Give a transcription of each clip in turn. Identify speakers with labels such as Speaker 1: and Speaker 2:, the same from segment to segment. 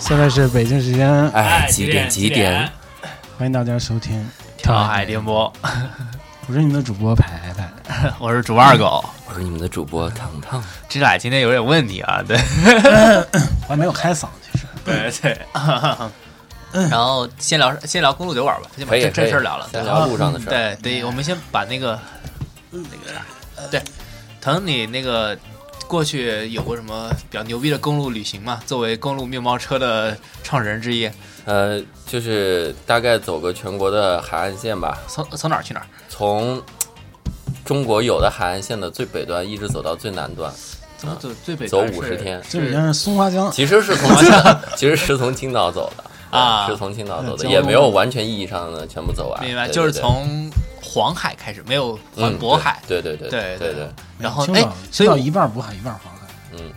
Speaker 1: 现在是北京时间，
Speaker 2: 哎，几点？几点？
Speaker 1: 欢迎大家收听
Speaker 3: 《跳海电波》，
Speaker 1: 我是你们的主播排排，
Speaker 3: 我是主播二狗，
Speaker 2: 我是你们的主播糖糖。
Speaker 3: 这俩今天有点问题啊， 对，
Speaker 1: 我还没有开嗓，其实
Speaker 3: 对 对。
Speaker 2: 嗯
Speaker 3: 然后先聊先聊公路酒馆吧，先把这这事儿聊了，
Speaker 2: 先聊嗯路上的事
Speaker 3: 儿。对对，我们先把那个那个啥，对，疼你那个。过去有过什么比较牛逼的公路旅行吗？作为公路面包车的创始人之一，
Speaker 2: 呃，就是大概走个全国的海岸线吧。
Speaker 3: 从从哪儿去哪儿？
Speaker 2: 从中国有的海岸线的最北端一直走到最南端。
Speaker 3: 怎么走最北？
Speaker 2: 嗯走五十天。
Speaker 1: 最北端是松花江。
Speaker 2: 其实是从其实是从青岛走的
Speaker 3: 啊，
Speaker 2: 是从青岛走的，也没有完全意义上的全部走完。
Speaker 3: 明
Speaker 2: 对对啊
Speaker 3: 白，
Speaker 2: 对
Speaker 3: 就是从。黄海开始没有环渤海、
Speaker 2: 嗯，对对对
Speaker 3: 对
Speaker 2: 对对。
Speaker 3: 然后哎，所
Speaker 1: 以一半渤海一半黄海，
Speaker 2: 嗯，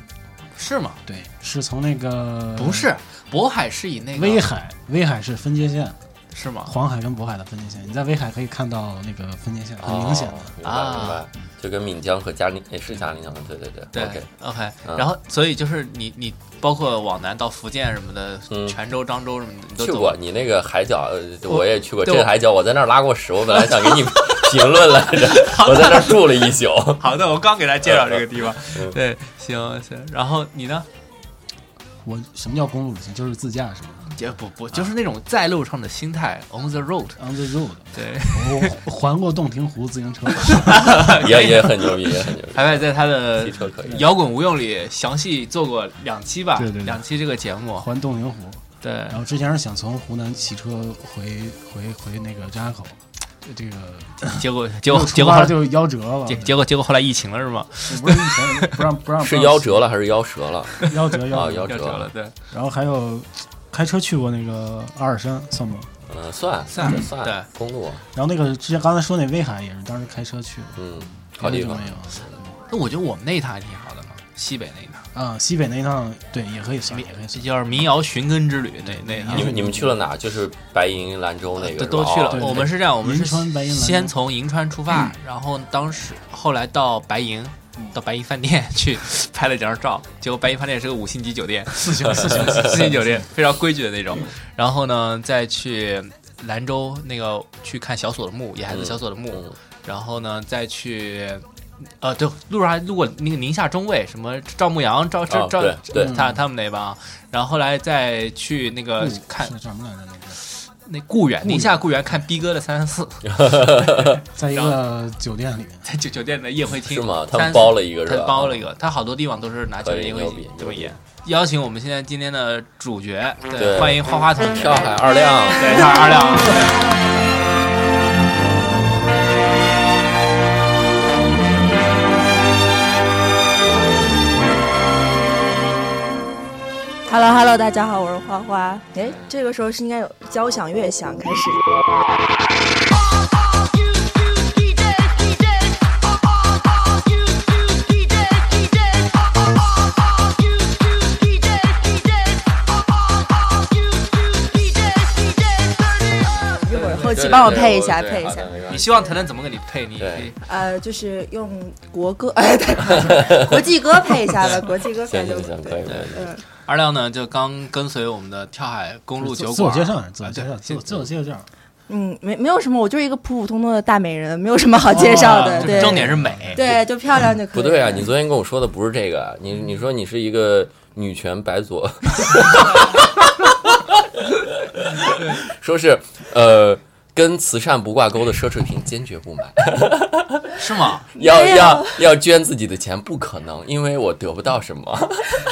Speaker 3: 是吗？
Speaker 1: 对，是从那个
Speaker 3: 不是渤海是以那个
Speaker 1: 嗯威海，威海是分界线，
Speaker 3: 是吗？
Speaker 1: 黄海跟渤海的分界线，你在威海可以看到那个分界线，很明显的
Speaker 2: 啊、哦，明白，就跟闽江和嘉陵也是嘉陵江对对对
Speaker 3: 对
Speaker 2: OK
Speaker 3: OK、嗯。然后所以就是你你包括往南到福建什么的，嗯、泉州、漳州什么的，你都
Speaker 2: 去过。你那个海角呃我也去过，镇海角我在那儿拉过屎，我本来想给你。评论来 着，我在那住了一宿。
Speaker 3: 好的，我刚给大家介绍这个地方。对，行行。然后你呢？
Speaker 1: 我什么叫公路旅行？就是自驾是吗？
Speaker 3: 也不不，就是那种在路上的心态，on the road，on
Speaker 1: the road。
Speaker 3: 嗯对，
Speaker 1: 我环过洞庭湖自行车，
Speaker 2: 也也很牛逼，也很牛逼。
Speaker 3: 排排在他的
Speaker 2: 《
Speaker 3: 摇滚无用》里详细做过两期吧，
Speaker 1: 对对，
Speaker 3: 两期这个节目
Speaker 1: 环洞庭湖。
Speaker 3: 对，然
Speaker 1: 后之前是想从湖南骑车回回回那个张家口。这个
Speaker 3: 结果结果结果
Speaker 1: 就夭折了，
Speaker 3: 结结果结果后来疫情了是吗？
Speaker 1: 不是疫情，不让不让
Speaker 2: 是夭折了还是夭折了？
Speaker 1: 夭折
Speaker 2: 啊，
Speaker 3: 夭
Speaker 2: 折
Speaker 3: 了对。
Speaker 1: 然后还有开车去过那个阿尔山，算吗？
Speaker 2: 嗯，算算算，
Speaker 3: 对
Speaker 2: 公路。啊
Speaker 1: 然后那个之前刚才说那威海也是当时开车去的，
Speaker 2: 嗯，好地方。
Speaker 3: 那我觉得我们那一趟挺好的了，西北那一趟
Speaker 1: 啊，西北那一趟对也可以算，也可以算，
Speaker 3: 叫民谣寻根之旅那那趟。
Speaker 2: 你们你们去了哪？就是白银、兰州那个
Speaker 3: 呃都去了。我们是这样，我们是先从
Speaker 1: 银
Speaker 3: 川出
Speaker 2: 嗯
Speaker 3: 发，然后当时后来到白银，到白银饭店去 拍了几张照。结果白银饭店是个五星级 酒店，
Speaker 1: 四星 四星
Speaker 3: 四星酒店，非常规矩的那种。然后呢，再去兰州那个去看小锁的墓，野
Speaker 2: 嗯
Speaker 3: 孩子小锁的 墓。然后呢，再去。呃，对，路上还路过那个宁夏中卫，什么赵牧阳、赵赵赵，
Speaker 2: 哦对，嗯
Speaker 3: 他他们那帮，然后后来再去那个看
Speaker 1: 什么来着？
Speaker 3: 那固原，宁夏固原看逼哥的三三四，
Speaker 1: 在一个酒店里面，
Speaker 3: 在酒酒店的宴会厅
Speaker 2: 是吗？他们包了一个，
Speaker 3: 他包了一个，他好多地方都是拿酒店宴会这么演。邀请我们现在今天的主角，对，欢迎花花同学，
Speaker 2: 跳海二亮，
Speaker 4: 哎
Speaker 3: 对，跳海二亮。
Speaker 4: Hello Hello，大家好，我是花花。哎，这个时候是应该有交响乐响开始。一会儿后期帮我配一下，配一下。
Speaker 3: 你希望腾腾怎么给你配？你
Speaker 4: 呃，就是用国歌，哎，对，国际歌配一下 吧，国际歌配就
Speaker 2: 可以。
Speaker 4: 嗯。
Speaker 3: 二亮呢，就刚跟随我们的跳海公路酒馆。啊
Speaker 1: 自我介绍，自我介绍，自我介绍。
Speaker 4: 嗯，没没有什么，我就是一个普普通通的大美人，没有什么好介绍的。对，
Speaker 3: 重点啊是美。
Speaker 4: 对，就漂亮就可以。嗯
Speaker 2: 不对啊，你昨天跟我说的不是这个，啊你你说你是一个女权 白左，说是呃。跟慈善不挂钩的奢侈品坚 决不买，
Speaker 4: 啊
Speaker 3: 是吗？
Speaker 2: 要
Speaker 4: 没有
Speaker 2: 要要捐自己的钱不可能，因为我得不到什 么。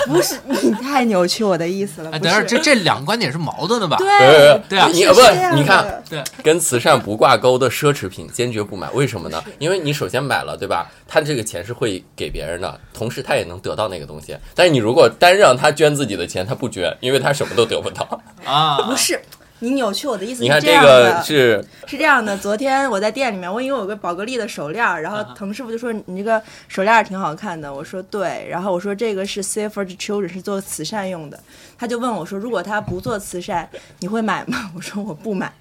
Speaker 4: 不是 你太扭曲我的意思了。
Speaker 3: 哎，
Speaker 4: 不
Speaker 3: 等一下，
Speaker 4: 是
Speaker 3: 这这两个观点是矛盾的吧？
Speaker 4: 对
Speaker 2: 对
Speaker 3: 啊
Speaker 4: 不是
Speaker 2: 你
Speaker 4: 这样的
Speaker 2: 不你看
Speaker 3: 对，
Speaker 2: 跟慈善不挂钩的奢侈品坚决不买，为什么呢？因为你首先买了，对吧？他这个钱是会给别人的，同时他也能得到那个东西。但是你如果单让他捐自己的钱，他不捐，因为他什么都得不到。
Speaker 3: 啊，
Speaker 4: 不是你扭曲我的意思。
Speaker 2: 你看
Speaker 4: 这
Speaker 2: 这
Speaker 4: 样
Speaker 2: 个
Speaker 4: 的。
Speaker 2: 是
Speaker 4: 是这样的，昨天我在店里面，我因为我有个宝格丽的手链儿，然后滕师傅就说你这个手链儿挺好看的，我说对，然后我说这个是 Save for the Children，是做慈善用的，他就问我说，如果他不做慈善，你会买吗？ 我说我不买，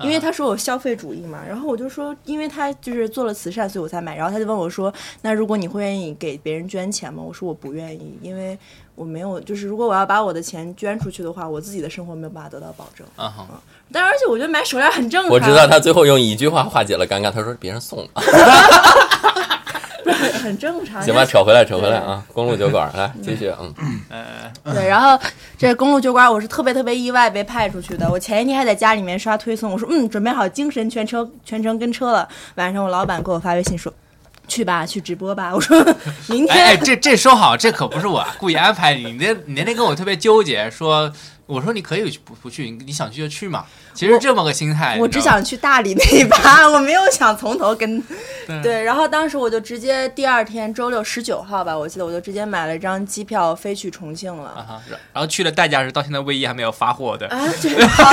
Speaker 4: 因为他说我消费主义嘛，然后我就说，因为他就是做了慈善，所以我才买，然后他就问我说，那如果你会愿意给别人捐钱吗？我说我不愿意，因为我没有，就是如果我要把我的钱捐出去的话，我自己的生活没有办法得到保证。
Speaker 3: 啊哈，
Speaker 4: 但而且我觉得买手链很正 常，啊
Speaker 2: 我知道他最后用一句话化解了尴尬，他说别人送了。
Speaker 4: 很正常。
Speaker 2: 行吧，扯回来，扯回来啊！公路酒馆，来继续，嗯，
Speaker 3: 呃，
Speaker 4: 对，然后这公路酒馆我是特别特别意外被派出去的。我前一天还在家里面刷推送，我说嗯，准备好精神全程全程跟车了。晚上我老板给我发微信说。去吧，去直播吧。 我说明天、
Speaker 3: 哎哎，这这说好，这可不是我故意安排你，你那你那天跟我特别纠结，说我说你可以不不去，你你想去就去嘛，其实这么个心态，
Speaker 4: 我
Speaker 3: 哎你
Speaker 4: 只
Speaker 3: 知道吗
Speaker 4: 想去大理那一把，我没有想从头跟。对，然后当时我就直接第二天周六十九号吧，我记得我就直接买了一张机票飞去重庆了。
Speaker 3: 啊哈，然然后去了代驾是到现在卫衣还没有发货的，
Speaker 4: 啊，这个好，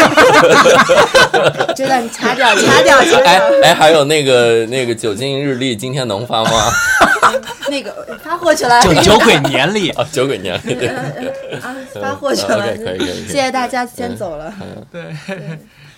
Speaker 4: 这段掐掉，掐掉，掐
Speaker 2: 哎
Speaker 4: 掉。
Speaker 2: 哎，还有那个那个酒精日历，今天能发吗？
Speaker 4: 那个发货去了，
Speaker 3: 酒 酒鬼年历，
Speaker 2: 啊，酒鬼年历，对，
Speaker 4: 啊，发货去了。
Speaker 2: 嗯，OK，可以可以可以嗯
Speaker 4: 谢谢大家，先走了。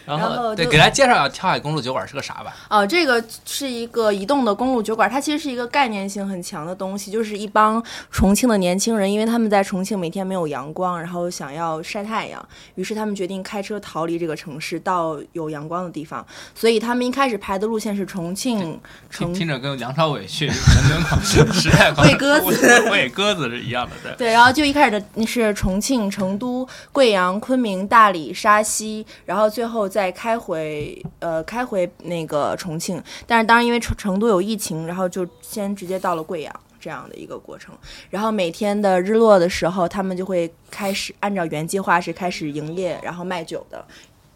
Speaker 3: 然
Speaker 4: 然
Speaker 3: 后
Speaker 4: 后
Speaker 3: 对，
Speaker 4: 就
Speaker 3: 给大家介绍一下跳海公路酒馆是个啥吧，
Speaker 4: 哦，这个是一个移动的公路酒馆，它其实是一个概念性很强的东西，就是一帮重庆的年轻人，因为他们在重庆每天没有阳光，然后想要晒太阳，于是他们决定开车逃离这个城市，到有阳光的地方。所以他们一开始排的路线是重庆
Speaker 3: 听
Speaker 4: 城
Speaker 3: 听着跟梁朝伟去伦敦广 时代广
Speaker 4: 喂鸽子
Speaker 3: 喂鸽子是一样的， 对。
Speaker 4: 对，然后就一开始的是重庆、成都、贵阳、昆明、大理、沙溪，然后最后再开回呃开回那个重庆，但是当然因为成成都有疫情，然后就先直接到了贵阳。这样的一个过程，然后每天的日落的时候，他们就会开始按照原计划是开始营业，然后卖酒的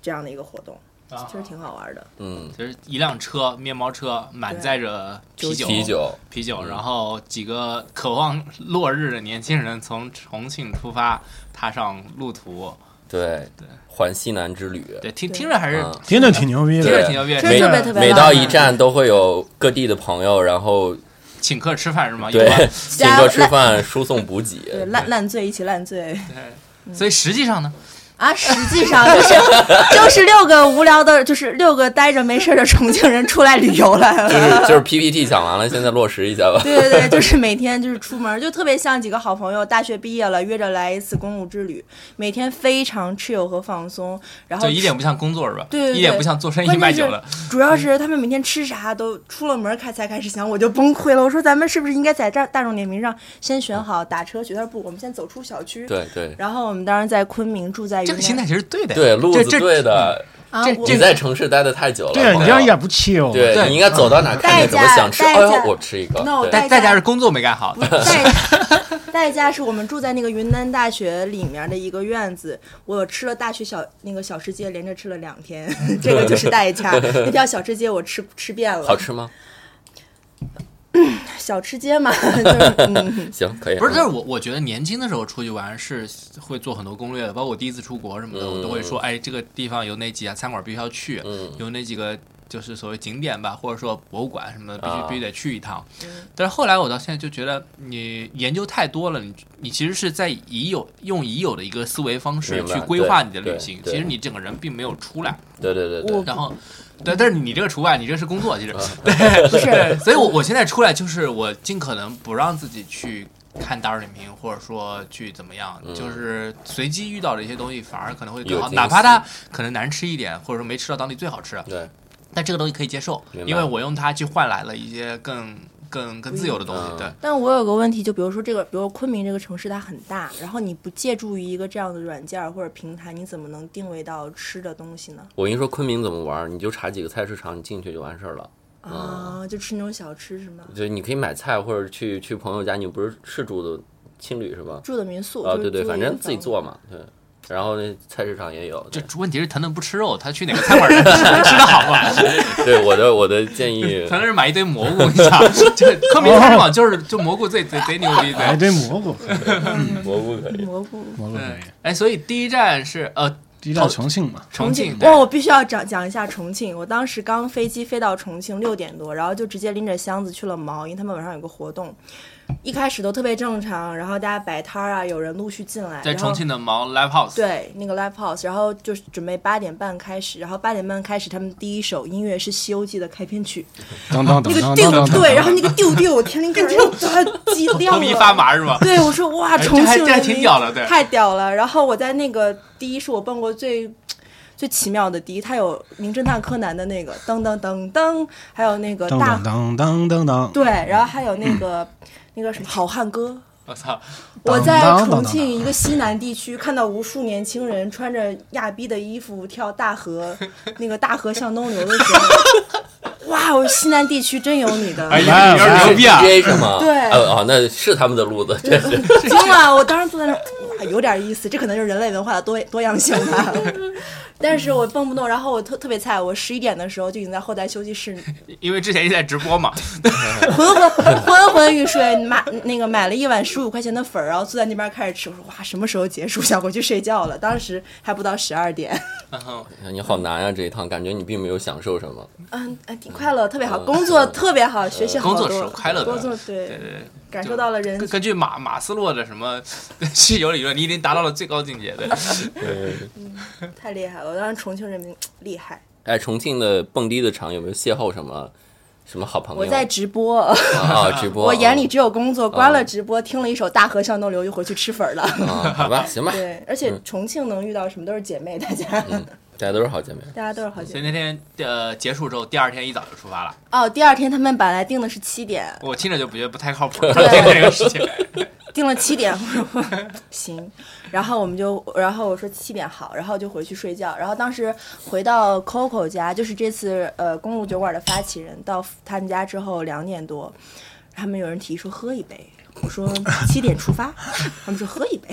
Speaker 4: 这样的一个活动，
Speaker 3: 啊
Speaker 4: 其实挺好玩的。
Speaker 2: 嗯，
Speaker 3: 就是一辆车面包车满载着啤酒
Speaker 2: 啤酒，
Speaker 3: 啤酒，
Speaker 2: 嗯
Speaker 3: 然后几个渴望落日的年轻人从重庆出发，踏上路途。
Speaker 2: 对
Speaker 3: 对，
Speaker 2: 环西南之旅，
Speaker 3: 对，听
Speaker 4: 对
Speaker 3: 听着还是
Speaker 2: 嗯
Speaker 1: 听着挺牛逼
Speaker 3: 听着
Speaker 1: 的，
Speaker 3: 挺牛逼的，
Speaker 4: 真
Speaker 2: 每
Speaker 4: 特别特别
Speaker 2: 每
Speaker 4: 浪
Speaker 2: 到
Speaker 4: 漫
Speaker 2: 一站都会有各地的朋友，然后
Speaker 3: 请客吃饭是吗？
Speaker 2: 对
Speaker 3: 有吗
Speaker 2: 请客吃饭、输送补给，
Speaker 4: 对，烂烂醉一起烂醉。
Speaker 3: 对，所以实际上呢，
Speaker 4: 啊，实际上就是就是六个无聊的，就是六个待着没事儿的重庆人出来旅游来
Speaker 2: 就
Speaker 4: 了。
Speaker 2: 是就是 PPT 讲完了，现在落实一下吧。
Speaker 4: 对对对，就是每天就是出门，就特别像几个好朋友，大学毕业了约着来一次公路之旅，每天非常 chill 和放松，然后
Speaker 3: 就一点不像工作是吧？
Speaker 4: 哦对对对
Speaker 3: 一点不像做生意卖嗯酒的。
Speaker 4: 主要是他们每天吃啥都出了门开才开始想，我就崩溃了。我说咱们是不是应该在这儿大众点评上先选好打车去？他说不，我们先走出小区。
Speaker 2: 对对
Speaker 4: 然后我们当时在昆明住在云
Speaker 3: 这个心态
Speaker 4: 南
Speaker 3: 其实对的，
Speaker 2: 对，路
Speaker 3: 这
Speaker 2: 子
Speaker 3: 这
Speaker 2: 对的。
Speaker 4: 啊，
Speaker 3: 这
Speaker 4: 我
Speaker 2: 你在城市待的太久了，
Speaker 1: 对啊，你
Speaker 2: 朋
Speaker 1: 这样
Speaker 2: 友
Speaker 1: 一点不气哦。
Speaker 2: 对
Speaker 3: 对
Speaker 2: 你应该走到哪看见什么想吃，
Speaker 4: 代
Speaker 2: 哎
Speaker 4: 价
Speaker 2: 呦
Speaker 4: 代，价
Speaker 2: 我吃一个。
Speaker 4: No，
Speaker 2: 对
Speaker 4: 代
Speaker 3: 代代价是工作没干好，
Speaker 4: 代 代价是我们住在那个云南大学里面的一个院子，我吃了大学小那个小吃街，连着吃了两天， 这个就是代 价。那条小吃街我吃吃遍了，
Speaker 2: 好吃吗？
Speaker 4: 小吃街 嘛，就是嗯，
Speaker 2: 行，可以。
Speaker 3: 不是，
Speaker 2: 嗯
Speaker 3: 但是我我觉得年轻的时候出去玩是会做很多攻略的，包括我第一次出国什么的，
Speaker 2: 嗯
Speaker 3: 我都会说，哎，这个地方有哪几家餐馆必须要去，
Speaker 2: 嗯
Speaker 3: 有哪几个就是所谓景点吧，或者说博物馆什么的，必须、
Speaker 2: 啊
Speaker 3: 必须得去一趟。
Speaker 4: 嗯
Speaker 3: 但是后来我到现在就觉得，你研究太多了，你你其实是在已有用已有的一个思维方式
Speaker 2: 明白
Speaker 3: 去规划你的
Speaker 2: 对
Speaker 3: 旅行，
Speaker 2: 对
Speaker 3: 其实
Speaker 2: 对
Speaker 3: 你整个人并没有出来。
Speaker 2: 对对对对啊
Speaker 4: 我，
Speaker 3: 然后，对，但是你这个除外，你这是工作，其实
Speaker 4: 不是。
Speaker 3: 所以我我现在出来就是我尽可能不让自己去看大众点评，或者说去怎么样，就是随机遇到的一些东西，反而可能会
Speaker 2: 嗯
Speaker 3: 更
Speaker 2: 有
Speaker 3: 好。
Speaker 2: 惊
Speaker 3: 哪
Speaker 2: 喜
Speaker 3: 怕它可能难吃一点，或者说没吃到当地最好吃的，
Speaker 2: 对
Speaker 3: 但这个东西可以接受
Speaker 2: 明，白
Speaker 3: 因为我用它去换来了一些更更更自由的东西
Speaker 2: 嗯。
Speaker 3: 对，
Speaker 4: 但我有个问题，就比如说这个，比如昆明这个城市它很大，然后你不借助于一个这样的软件儿或者平台，你怎么能定位到吃的东西呢？
Speaker 2: 我跟你说，昆明怎么玩儿，你就查几个菜市场，你进去就完事儿了。
Speaker 4: 啊，就吃那种小吃是吗？
Speaker 2: 就你可以买菜，或者去去朋友家，你不是是住的青旅是吧？
Speaker 4: 住的民宿
Speaker 2: 啊，
Speaker 4: 就是
Speaker 2: 对对，
Speaker 4: 租一
Speaker 2: 反
Speaker 4: 个
Speaker 2: 正自己
Speaker 4: 房
Speaker 2: 做嘛，对。然后那菜市场也有，对
Speaker 3: 这问题是腾腾不吃肉，他去哪个餐馆儿 吃的好啊？
Speaker 2: 对我的我的建议
Speaker 3: 腾腾是买一堆蘑菇，你想， 这昆明菜市场就是就蘑菇最最贼牛逼
Speaker 1: 哎，
Speaker 3: 对。
Speaker 1: 这蘑菇，
Speaker 2: 蘑菇可以。
Speaker 4: 蘑菇。
Speaker 1: 蘑菇可
Speaker 3: 对
Speaker 1: 以。
Speaker 3: 哎，所以第一站是呃
Speaker 1: 第一站重庆嘛，
Speaker 3: 重庆，对
Speaker 4: 哇，我必须要讲讲一下重庆。我当时刚飞机飞到重庆六点多，然后就直接拎着箱子去了毛，因为他们晚上有个活动。一开始都特别正常，然后大家摆摊儿啊，有人陆续进来。
Speaker 3: 在
Speaker 4: 然
Speaker 3: 重
Speaker 4: 后
Speaker 3: 庆的毛 Live House，，
Speaker 4: 对，那个 live house，然后就是准备八点半开始，然后八点半开始，他们第一首音乐是《西游记》的开篇曲，
Speaker 1: 当当当
Speaker 4: 那个
Speaker 1: 当
Speaker 4: 丢
Speaker 1: 当当，
Speaker 4: 对，然后那个丢丢，我天灵盖 儿又把它激
Speaker 3: 头
Speaker 4: 亮
Speaker 3: 皮发
Speaker 4: 了。
Speaker 3: 麻是 吧？
Speaker 4: 对，我说哇，
Speaker 3: 哎这
Speaker 4: 重
Speaker 3: 还
Speaker 4: 庆
Speaker 3: 这还
Speaker 4: 人
Speaker 3: 挺
Speaker 4: 民
Speaker 3: 屌的对
Speaker 4: 太屌了。然后我在那个第一是我蹦过最最奇妙的迪，它有名侦探柯南的那个噔噔噔噔，还有那个
Speaker 1: 当
Speaker 4: 大
Speaker 1: 当当当当当，
Speaker 4: 对，然后还有那个那个什么好汉歌。
Speaker 3: 我操，
Speaker 4: 我
Speaker 1: 当
Speaker 4: 在
Speaker 1: 当
Speaker 4: 重
Speaker 1: 当当
Speaker 4: 庆一个西南地区看到无数年轻人穿着亚逼的衣服跳大河，那个大河向东流的时候， 哇，我西南地区真有你的，
Speaker 3: 哎
Speaker 1: 来
Speaker 3: 呀，有点
Speaker 1: 来
Speaker 3: 牛逼啊！
Speaker 2: J 是吗？
Speaker 4: 对
Speaker 2: 呃哦，那是他们的路子，这是
Speaker 4: 惊了！我当时坐在那儿，哇，有点意思，这可能就是人类文化的多多样性吧。但是我蹦不动，然后我特特别菜，我十一点的时候就已经在后台休息室
Speaker 3: 因为之前一直在直播嘛，
Speaker 4: 浑浑昏昏欲睡，买那个买了一碗十五块钱的粉儿，然后坐在那边开始吃。我说哇，什么时候结束？想回去睡觉了。当时还不到十二点。
Speaker 3: 然后
Speaker 2: 你好难啊！这一趟感觉你并没有享受什么。
Speaker 4: 嗯，嗯挺快乐，特别好，工作特别好，学习好
Speaker 3: 工
Speaker 4: 多，
Speaker 3: 作是快乐的
Speaker 4: 工作
Speaker 3: 对
Speaker 4: 对，
Speaker 3: 对对。
Speaker 4: 感受到了人
Speaker 3: 根。根据马马斯洛的什么 需求理论，你已经达到了最高境界。对，
Speaker 4: 太厉害了，我当时重庆人民厉害。
Speaker 2: 哎，重庆的蹦迪的场有没有邂逅什么什么好朋友？
Speaker 4: 我在直播，
Speaker 2: 啊直播，
Speaker 4: 我眼里只有工作，关
Speaker 2: 哦
Speaker 4: 了直播，听了一首《大河向东流》，就回去吃粉儿了。
Speaker 2: 啊，好吧，行吧，
Speaker 4: 对，而
Speaker 2: 嗯
Speaker 4: 且重庆能遇到什么都是姐妹，大家
Speaker 2: 大家都是好姐妹。
Speaker 4: 大家都是好姐妹
Speaker 3: 所以。那天呃结束之后，第二天一早就出发了。
Speaker 4: 哦，第二天他们本来定的是七点，
Speaker 3: 我听着就不觉得不太靠谱，这个事情。
Speaker 4: 定了七点， 我说行，然后我们就，然后我说七点好，然后就回去睡觉。然后当时回到 Coco 家，就是这次呃公路酒馆的发起人，到他们家之后两点多，他们有人提议说喝一杯，我说七点出发，他们说喝一杯，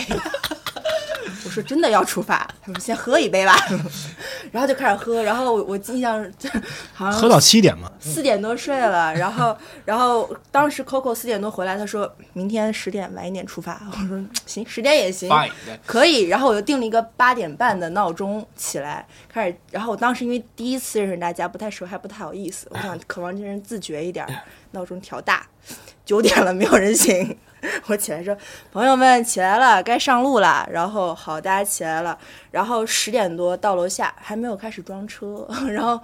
Speaker 4: 我说真的要出发，他们说先喝一杯吧， 然后就开始喝，然后我我印象 好像
Speaker 1: 喝到七点嘛，
Speaker 4: 四点多睡了，然后，然后当时 Coco 四点多回来，他说明天十点晚一点出发。 我说嗯行，十点也行，
Speaker 3: Fine，对
Speaker 4: 可以。然后我就定了一个八点半的闹钟起来，开始。然后我当时因为第一次认识大家，不太熟，还不太好意思，我想渴望这人自觉一点儿，闹钟调大，九点了没有人醒。我起来说：“朋友们起来了，该上路了。”然后好，大家起来了。然后十点多到楼下，还没有开始装车， 然后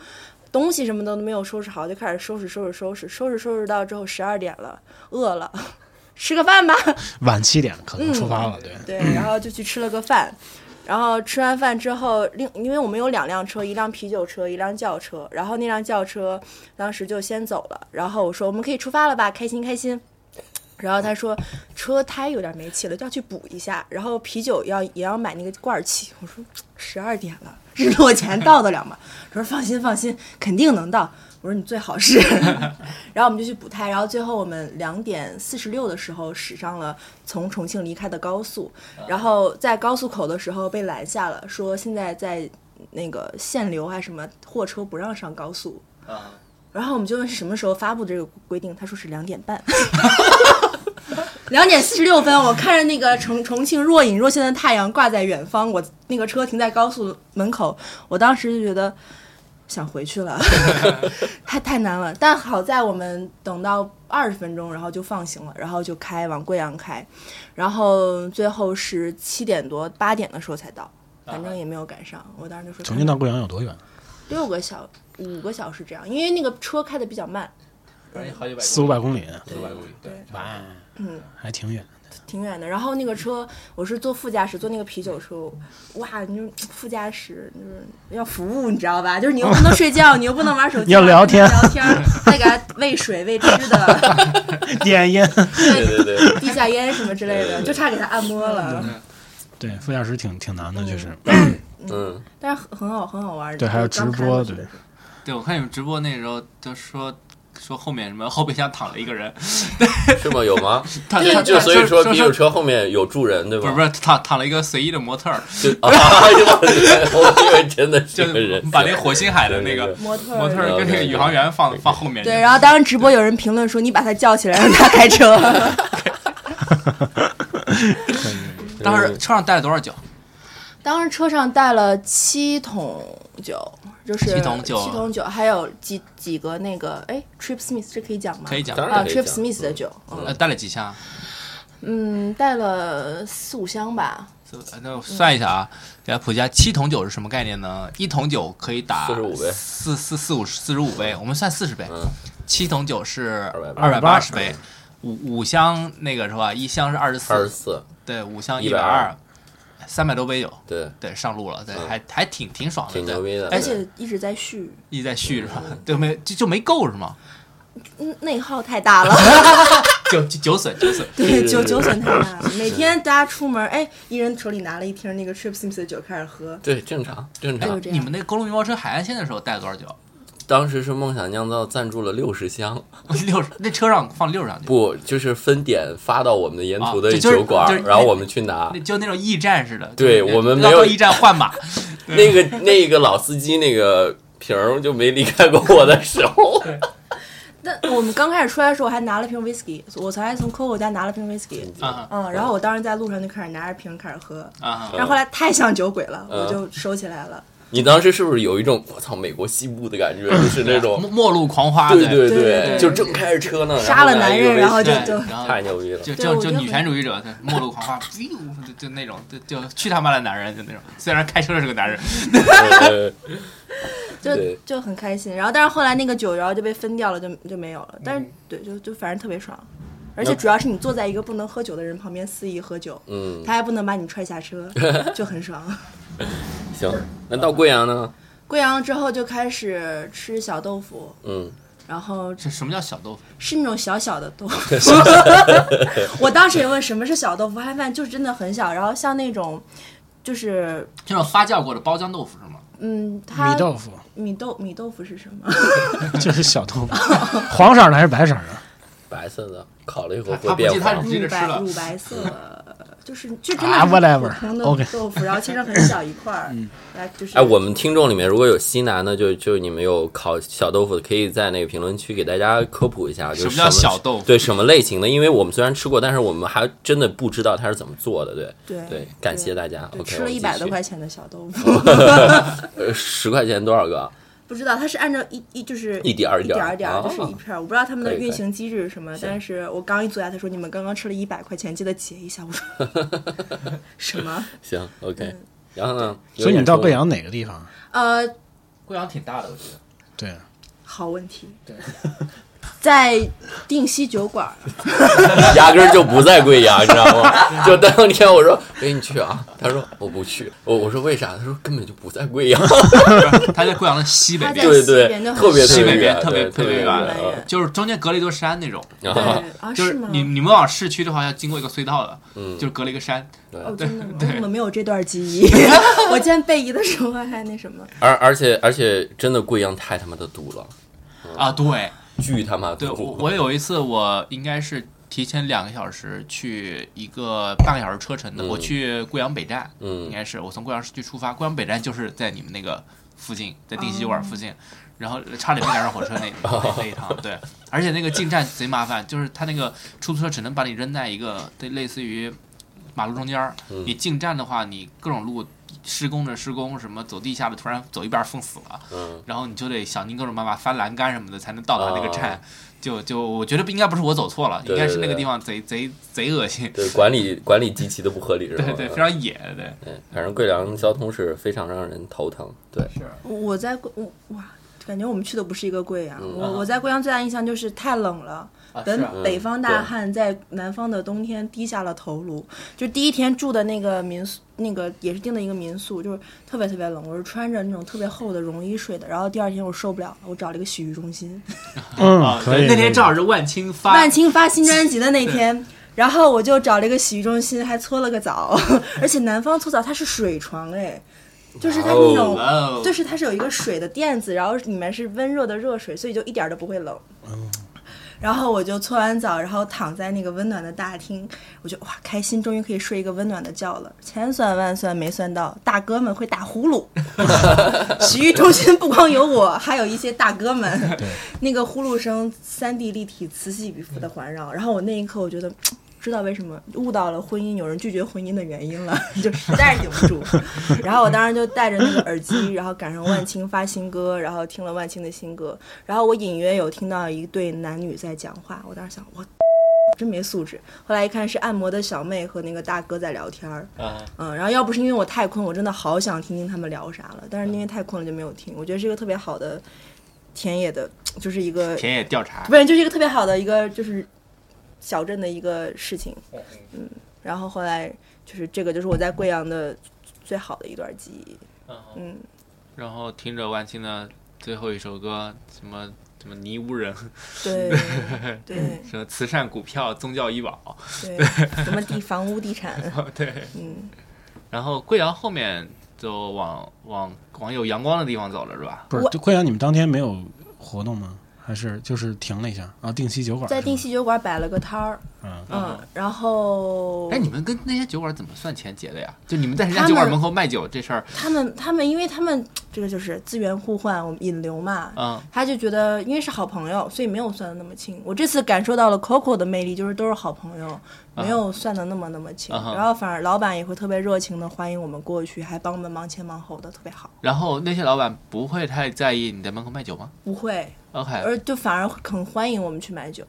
Speaker 4: 东西什么的都没有收拾好，就开始收拾收拾收拾收拾收拾到之后十二点了，饿了， 吃个饭吧。
Speaker 1: 晚七点可能出发了，对。
Speaker 4: 对，然后就去吃了个饭。然后吃完饭之后，另因为我们有两辆车，一辆啤酒车，一辆轿车。然后那辆轿车当时就先走了。然后我说我们可以出发了吧，开心开心。然后他说车胎有点没气了，就要去补一下。然后啤酒要也要买那个罐儿气。我说十二点了，日落前到得了吗？他说放心放心，肯定能到。我说你最好是。然后我们就去补胎，然后最后我们两点四十六的时候驶上了从重庆离开的高速，然后在高速口的时候被拦下了，说现在在那个限流还是什么货车不让上高速。
Speaker 3: 啊
Speaker 4: 然后我们就问是什么时候发布这个规定，他说是两点半。两点四十六分，我看着那个重重庆若隐若现的太阳挂在远方，我那个车停在高速门口，我当时就觉得想回去了，太太难了。但好在我们等到二十分钟，然后就放行了，然后就开往贵阳开，然后最后是七点多八点的时候才到，反正也没有赶上。我当时就说
Speaker 1: 重庆到贵阳有多远？
Speaker 4: 六个小五个小时这样，因为那个车开的比较慢。
Speaker 3: 好几百嗯
Speaker 1: 四五百公里，
Speaker 3: 四五百公里，对，
Speaker 1: 还挺远。
Speaker 4: 挺远的。然后那个车我是坐副驾驶，坐那个啤酒车，哇，你就副驾驶就是要服务，你知道吧？就是你又不能睡觉，你又不能玩手机，
Speaker 1: 你要聊天
Speaker 4: 你要聊天，再给他喂水喂吃的，
Speaker 1: 点烟。
Speaker 2: 对对对，
Speaker 4: 递下烟什么之类的，就差给他按摩了。
Speaker 1: 对，副驾驶挺挺难的，确实。
Speaker 2: 嗯，
Speaker 4: 但是很很好很好玩。
Speaker 1: 对，还有直
Speaker 4: 刚开
Speaker 1: 播，
Speaker 4: 的时
Speaker 1: 对
Speaker 4: 候，
Speaker 3: 对，我看你们直播那时候就说说后面什么后备箱躺了一个人，
Speaker 2: 是吗？有吗？
Speaker 3: 他
Speaker 2: 就
Speaker 3: 他
Speaker 2: 就所以
Speaker 3: 啊说
Speaker 2: 说，啤酒车后面有住人，对
Speaker 3: 不是
Speaker 2: 吧？
Speaker 3: 不是躺躺了一个随意的模特儿，
Speaker 2: 就 啊，哎呦我的天我以为真的是
Speaker 3: 就
Speaker 2: 个人，
Speaker 3: 把那火星海的
Speaker 2: 对
Speaker 3: 那个
Speaker 4: 模特
Speaker 3: 模特儿跟那个宇航员放放后面去，
Speaker 4: 对，然后当时直播有人评论说你把他叫起来让他开车，
Speaker 3: 当时车上带了多少酒？
Speaker 4: 当时车上带了七桶酒，就是
Speaker 3: 七桶酒啊
Speaker 4: 七桶酒，还有几几个那个哎，Trip Smith 这可以讲吗？
Speaker 3: 可以讲
Speaker 2: 当，然
Speaker 4: 啊
Speaker 2: 可以
Speaker 4: ，Trip
Speaker 2: 讲
Speaker 4: Smith 的酒，嗯
Speaker 3: 呃，带了几箱？
Speaker 4: 嗯，带了四五箱吧，
Speaker 3: 那
Speaker 4: 嗯
Speaker 3: 我算一下啊，给大家普及一下，七桶酒是什么概念呢？一桶酒可以打
Speaker 2: 45杯
Speaker 3: 四四四五四十五杯，我们算四十杯。
Speaker 2: 嗯
Speaker 3: 七桶酒是二百
Speaker 2: 280
Speaker 3: 十杯，五五箱那个是吧？一箱是二十
Speaker 2: 二十
Speaker 3: 四，
Speaker 2: 四，
Speaker 3: 对，五箱
Speaker 2: 120
Speaker 3: 百二，三百多杯酒。
Speaker 2: 对，
Speaker 3: 对，上路了，对，
Speaker 2: 嗯
Speaker 3: 还还挺挺爽的，
Speaker 2: 挺
Speaker 3: 对
Speaker 2: 牛逼嗯的
Speaker 3: 哎
Speaker 4: 而且一直在续，
Speaker 3: 一直在续是吧？对，没 就就没够是吗？
Speaker 4: 嗯，内耗太大了，
Speaker 3: 酒酒酒损酒损，
Speaker 4: 对，
Speaker 2: 是
Speaker 4: 酒
Speaker 2: 是
Speaker 4: 酒损太大了，每天大家出门，哎，一人手里拿了一瓶那个 Trip Smith 的酒开始 喝，
Speaker 2: 对，正常正
Speaker 4: 就
Speaker 2: 常
Speaker 4: 是。这样。
Speaker 3: 你们那个公路面包车海岸线的时候带了多少酒？
Speaker 2: 当时是梦想酿造赞助了六十箱，
Speaker 3: 六十，那车上放六十箱酒，
Speaker 2: 不就是分点发到我们的沿途
Speaker 3: 啊
Speaker 2: 的
Speaker 3: 这就是
Speaker 2: 酒馆
Speaker 3: 就是，
Speaker 2: 然后我们去拿
Speaker 3: 那。就那种驿站似的。
Speaker 2: 对
Speaker 3: 就是
Speaker 2: 我们
Speaker 3: 要
Speaker 2: 没有
Speaker 3: 到驿站换马，
Speaker 2: 那个那个老司机那个瓶儿就没离开过我的手，
Speaker 4: 但我们刚开始出来的时候，我还拿了瓶 whisky，我才从 Coco 家拿了瓶 whisky，
Speaker 3: 啊
Speaker 4: 嗯，然后我当时在路上就开始拿着瓶开始喝，
Speaker 3: 啊！
Speaker 4: 然后后来太像酒鬼了，
Speaker 2: 嗯
Speaker 4: 我就收起来了。
Speaker 2: 你当时是不是有一种我操美国西部的感觉， 就是那种
Speaker 3: 末末路狂花，
Speaker 2: 对对
Speaker 4: 对对对
Speaker 2: 就正开着车呢，
Speaker 4: 杀了男人
Speaker 2: 然后
Speaker 4: 然
Speaker 2: 来
Speaker 4: 后
Speaker 2: 一
Speaker 4: 就就
Speaker 2: 个
Speaker 3: 对然
Speaker 2: 微信
Speaker 3: 后
Speaker 2: 太牛逼了。
Speaker 3: 就
Speaker 4: 对
Speaker 3: 就
Speaker 4: 我就
Speaker 3: 就女权主义者，对末路狂花， 哎呦就就那种，就就去他妈的男人，就那种。虽然开车的是个男人，
Speaker 2: 对
Speaker 4: 就
Speaker 2: 对
Speaker 4: 就很开心，然后但是后来那个酒然后就被分掉了，就就没有
Speaker 2: 嗯
Speaker 4: 了。但是、对，就就反正特别爽，而且主要是你坐在一个不能喝酒的人旁边肆意喝酒，
Speaker 2: 嗯，
Speaker 4: 他还不能把你踹下 车，就很爽。
Speaker 2: 行，那到贵阳呢？
Speaker 4: 贵阳之后就开始吃小豆腐，
Speaker 2: 嗯，
Speaker 4: 然后
Speaker 3: 这什么叫小豆腐？
Speaker 4: 是那种小小的豆腐。 我当时也问什么是小豆腐，发现饭就是真的很小，然后像那种就是
Speaker 3: 这种发酵过的包浆豆腐是吗？
Speaker 4: 嗯，它
Speaker 1: 米豆腐
Speaker 4: 米豆米豆腐是什么？
Speaker 1: 就是小豆腐，黄色的还是白色的？
Speaker 2: 白色的，烤了以后
Speaker 3: 他
Speaker 2: 会
Speaker 3: 他不
Speaker 2: 变
Speaker 3: 记他
Speaker 2: 黄。
Speaker 3: 直接
Speaker 4: 乳
Speaker 3: 吃
Speaker 4: 白
Speaker 3: 了
Speaker 4: 乳白色， 就是就真
Speaker 1: 啊
Speaker 4: 的
Speaker 1: ，whatever，
Speaker 4: 是普通
Speaker 1: OK
Speaker 4: 的豆腐， 然后切成很小一块儿，来就是
Speaker 2: 哎，我们听众里面如果有西南的，就就你们有烤小豆腐的，可以在那个评论区给大家科普一下，就是
Speaker 3: 什么叫小豆腐
Speaker 2: 对什么类型的？因为我们虽然吃过，但是我们还真的不知道它是怎么做的。对
Speaker 4: 对
Speaker 2: 对，感谢大家。
Speaker 4: 对
Speaker 2: OK，
Speaker 4: 吃
Speaker 2: 我
Speaker 4: 了
Speaker 2: 们
Speaker 4: 一
Speaker 2: 继
Speaker 4: 百多
Speaker 2: 续
Speaker 4: 块钱的小豆腐，
Speaker 2: 呃，十块钱多少个？
Speaker 4: 不知道它是按照一一就是
Speaker 2: 一点儿
Speaker 4: 一
Speaker 2: 一
Speaker 4: 点
Speaker 2: 点
Speaker 4: 儿
Speaker 2: 儿
Speaker 4: 一点儿
Speaker 2: 哦
Speaker 4: 就是一片儿，我不知道他们的
Speaker 2: 可以可以
Speaker 4: 运行机制是什么，但是我刚一坐下，他说你们刚刚吃了一百块钱，记得结一下。我说 什么？
Speaker 2: 行，OK。
Speaker 4: 嗯
Speaker 2: 然 后呢？有
Speaker 1: 所以你
Speaker 2: 点
Speaker 1: 到
Speaker 2: 说
Speaker 1: 贵阳哪个地方？啊
Speaker 4: 呃，
Speaker 3: 贵阳挺大的，我觉得。
Speaker 1: 对，
Speaker 4: 好问题。在定西酒馆儿，
Speaker 2: 压根儿就不在贵阳，你知道吗？就当天我说陪你去啊，他说我不去，我我说为啥？他说根本就不在贵阳，
Speaker 3: 他在贵阳的西北
Speaker 4: 他在
Speaker 3: 边，
Speaker 2: 对对
Speaker 4: 西北那，会儿
Speaker 2: 特别
Speaker 3: 西
Speaker 2: 特
Speaker 3: 北
Speaker 2: 别
Speaker 3: 边
Speaker 2: 远，
Speaker 3: 特别
Speaker 2: 对
Speaker 3: 特
Speaker 2: 特
Speaker 3: 别
Speaker 2: 别
Speaker 3: 远
Speaker 2: 远。啊
Speaker 3: 就是中间隔了一座山那种。
Speaker 2: 然
Speaker 4: 对
Speaker 2: 后
Speaker 4: 啊，
Speaker 3: 就是
Speaker 4: 吗？
Speaker 3: 你你们往市区的话，要经过一个隧道的，
Speaker 2: 嗯
Speaker 3: 就是隔了一个山。
Speaker 4: 哦，
Speaker 3: 对
Speaker 4: 真的吗？
Speaker 3: 对
Speaker 4: 我怎么没有这段记 忆？ 我今天背遗的时候还那什么，
Speaker 2: 而而且而且真的贵阳太他妈的堵了，嗯
Speaker 3: 啊，对
Speaker 2: 巨他妈
Speaker 3: 对，我
Speaker 2: 堵。
Speaker 3: 我有一次我应该是提前两个小时去一个半个小时车程的，
Speaker 2: 嗯
Speaker 3: 我去贵阳北站，应
Speaker 2: 嗯，
Speaker 3: 该是我从贵阳市区出发，贵阳北站就是在你们那个附近，在定西酒馆附
Speaker 2: 啊
Speaker 3: 近。然后差点没赶上火车 那那那一趟，对，而且那个进站贼麻烦，就是他那个出租车只能把你扔在一个对类似于马路中间儿，
Speaker 2: 嗯
Speaker 3: 你进站的话，你各种路施工的施工，什么走地下的突然走一半儿封死了，
Speaker 2: 嗯，
Speaker 3: 然后你就得想尽各种办法翻栏杆什么的才能到达那个站。
Speaker 2: 啊
Speaker 3: 就就我觉得不应该不是我走错了，
Speaker 2: 对
Speaker 3: 应该是那
Speaker 2: 对
Speaker 3: 个
Speaker 2: 对
Speaker 3: 地方贼贼贼恶心，
Speaker 2: 对，管理管理极其的不合理，是吧？嗯
Speaker 3: 对对，非常野，对。
Speaker 2: 对，反正贵阳交通是非常让人头疼。对，
Speaker 4: 我在贵我哇，感觉我们去的不是一个贵阳。啊
Speaker 2: 嗯
Speaker 4: 我我在贵阳最大印象就是太冷了。
Speaker 3: 啊是啊
Speaker 4: 等北方大汉在南方的冬天低下了头颅，就第一天住的那个民宿，那个也是订的一个民宿，就是特别特别冷，我是穿着那种特别厚的绒衣睡的，然后第二天我受不了了，我找了一个洗浴中心，
Speaker 3: 啊
Speaker 1: 嗯，可
Speaker 3: 对
Speaker 1: 以。
Speaker 3: 那天正好是万青发，
Speaker 4: 万青发新专辑的那天。然后我就找了一个洗浴中心，还搓了个澡， 而且南方搓澡它是水床哎，就是它那种
Speaker 3: 哇哦
Speaker 4: 就是它是有一个水的垫子，然后里面是温热的热水，所以就一点儿都不会冷。然后我就搓完澡，然后躺在那个温暖的大厅，我就哇开心，终于可以睡一个温暖的觉了。千算万算没算到，大哥们会打呼噜。 洗浴中心不光有我，还有一些大哥们。那个呼噜声三 D 立体，此起彼伏的环绕。然后我那一刻，我觉得。知道为什么悟到了婚姻，有人拒绝婚姻的原因了， 就实在是顶不住。然后我当时就戴着那个耳机，然后赶上万青发新歌，然后听了万青的新歌，然后我隐约有听到一对男女在讲话，我当时想，我真没素质。后来一看是按摩的小妹和那个大哥在聊天儿，
Speaker 3: 啊
Speaker 4: 嗯，然后要不是因为我太困，我真的好想听听他们聊啥了，但是因为太困了就没有听。我觉得是一个特别好的田野的，就是一个
Speaker 3: 田野调查
Speaker 4: 不是，就是一个特别好的一个就是小镇的一个事情，嗯，然后后来就是这个就是我在贵阳的最好的一段记忆，嗯，
Speaker 3: 然后听着万青的最后一首歌，什么什么尼乌人，
Speaker 4: 对 对
Speaker 3: 什么慈善股票、宗教医保，
Speaker 4: 对，什么地房屋地产，
Speaker 3: 对。
Speaker 4: 嗯，
Speaker 3: 然后贵阳后面就往往往有阳光的地方走了，是吧？
Speaker 1: 不是
Speaker 4: 我
Speaker 1: 就贵阳，你们当天没有活动吗？还是就是停了一下啊？定西酒馆
Speaker 4: 在
Speaker 1: 是吗
Speaker 4: 定西酒馆摆了个摊儿，
Speaker 1: 嗯，
Speaker 4: 嗯，然后
Speaker 3: 哎，你们跟那些酒馆怎么算钱结的呀？就你们在人家
Speaker 4: 哦他们
Speaker 3: 酒馆门口卖酒这事儿，
Speaker 4: 他们他们因为他们这个就是资源互换，我们引流嘛，
Speaker 3: 嗯，
Speaker 4: 他就觉得因为是好朋友，所以没有算的那么清。我这次感受到了 Coco 的魅力，就是都是好朋友，没有算的那么那么清。
Speaker 3: 啊哈
Speaker 4: 然后反而老板也会特别热情的欢迎我们过去，还帮我们忙前忙后的，特别好。
Speaker 3: 然后那些老板不会太在意你在门口卖酒吗
Speaker 4: 不会，
Speaker 3: ？OK
Speaker 4: 而就反而很欢迎我们去买酒，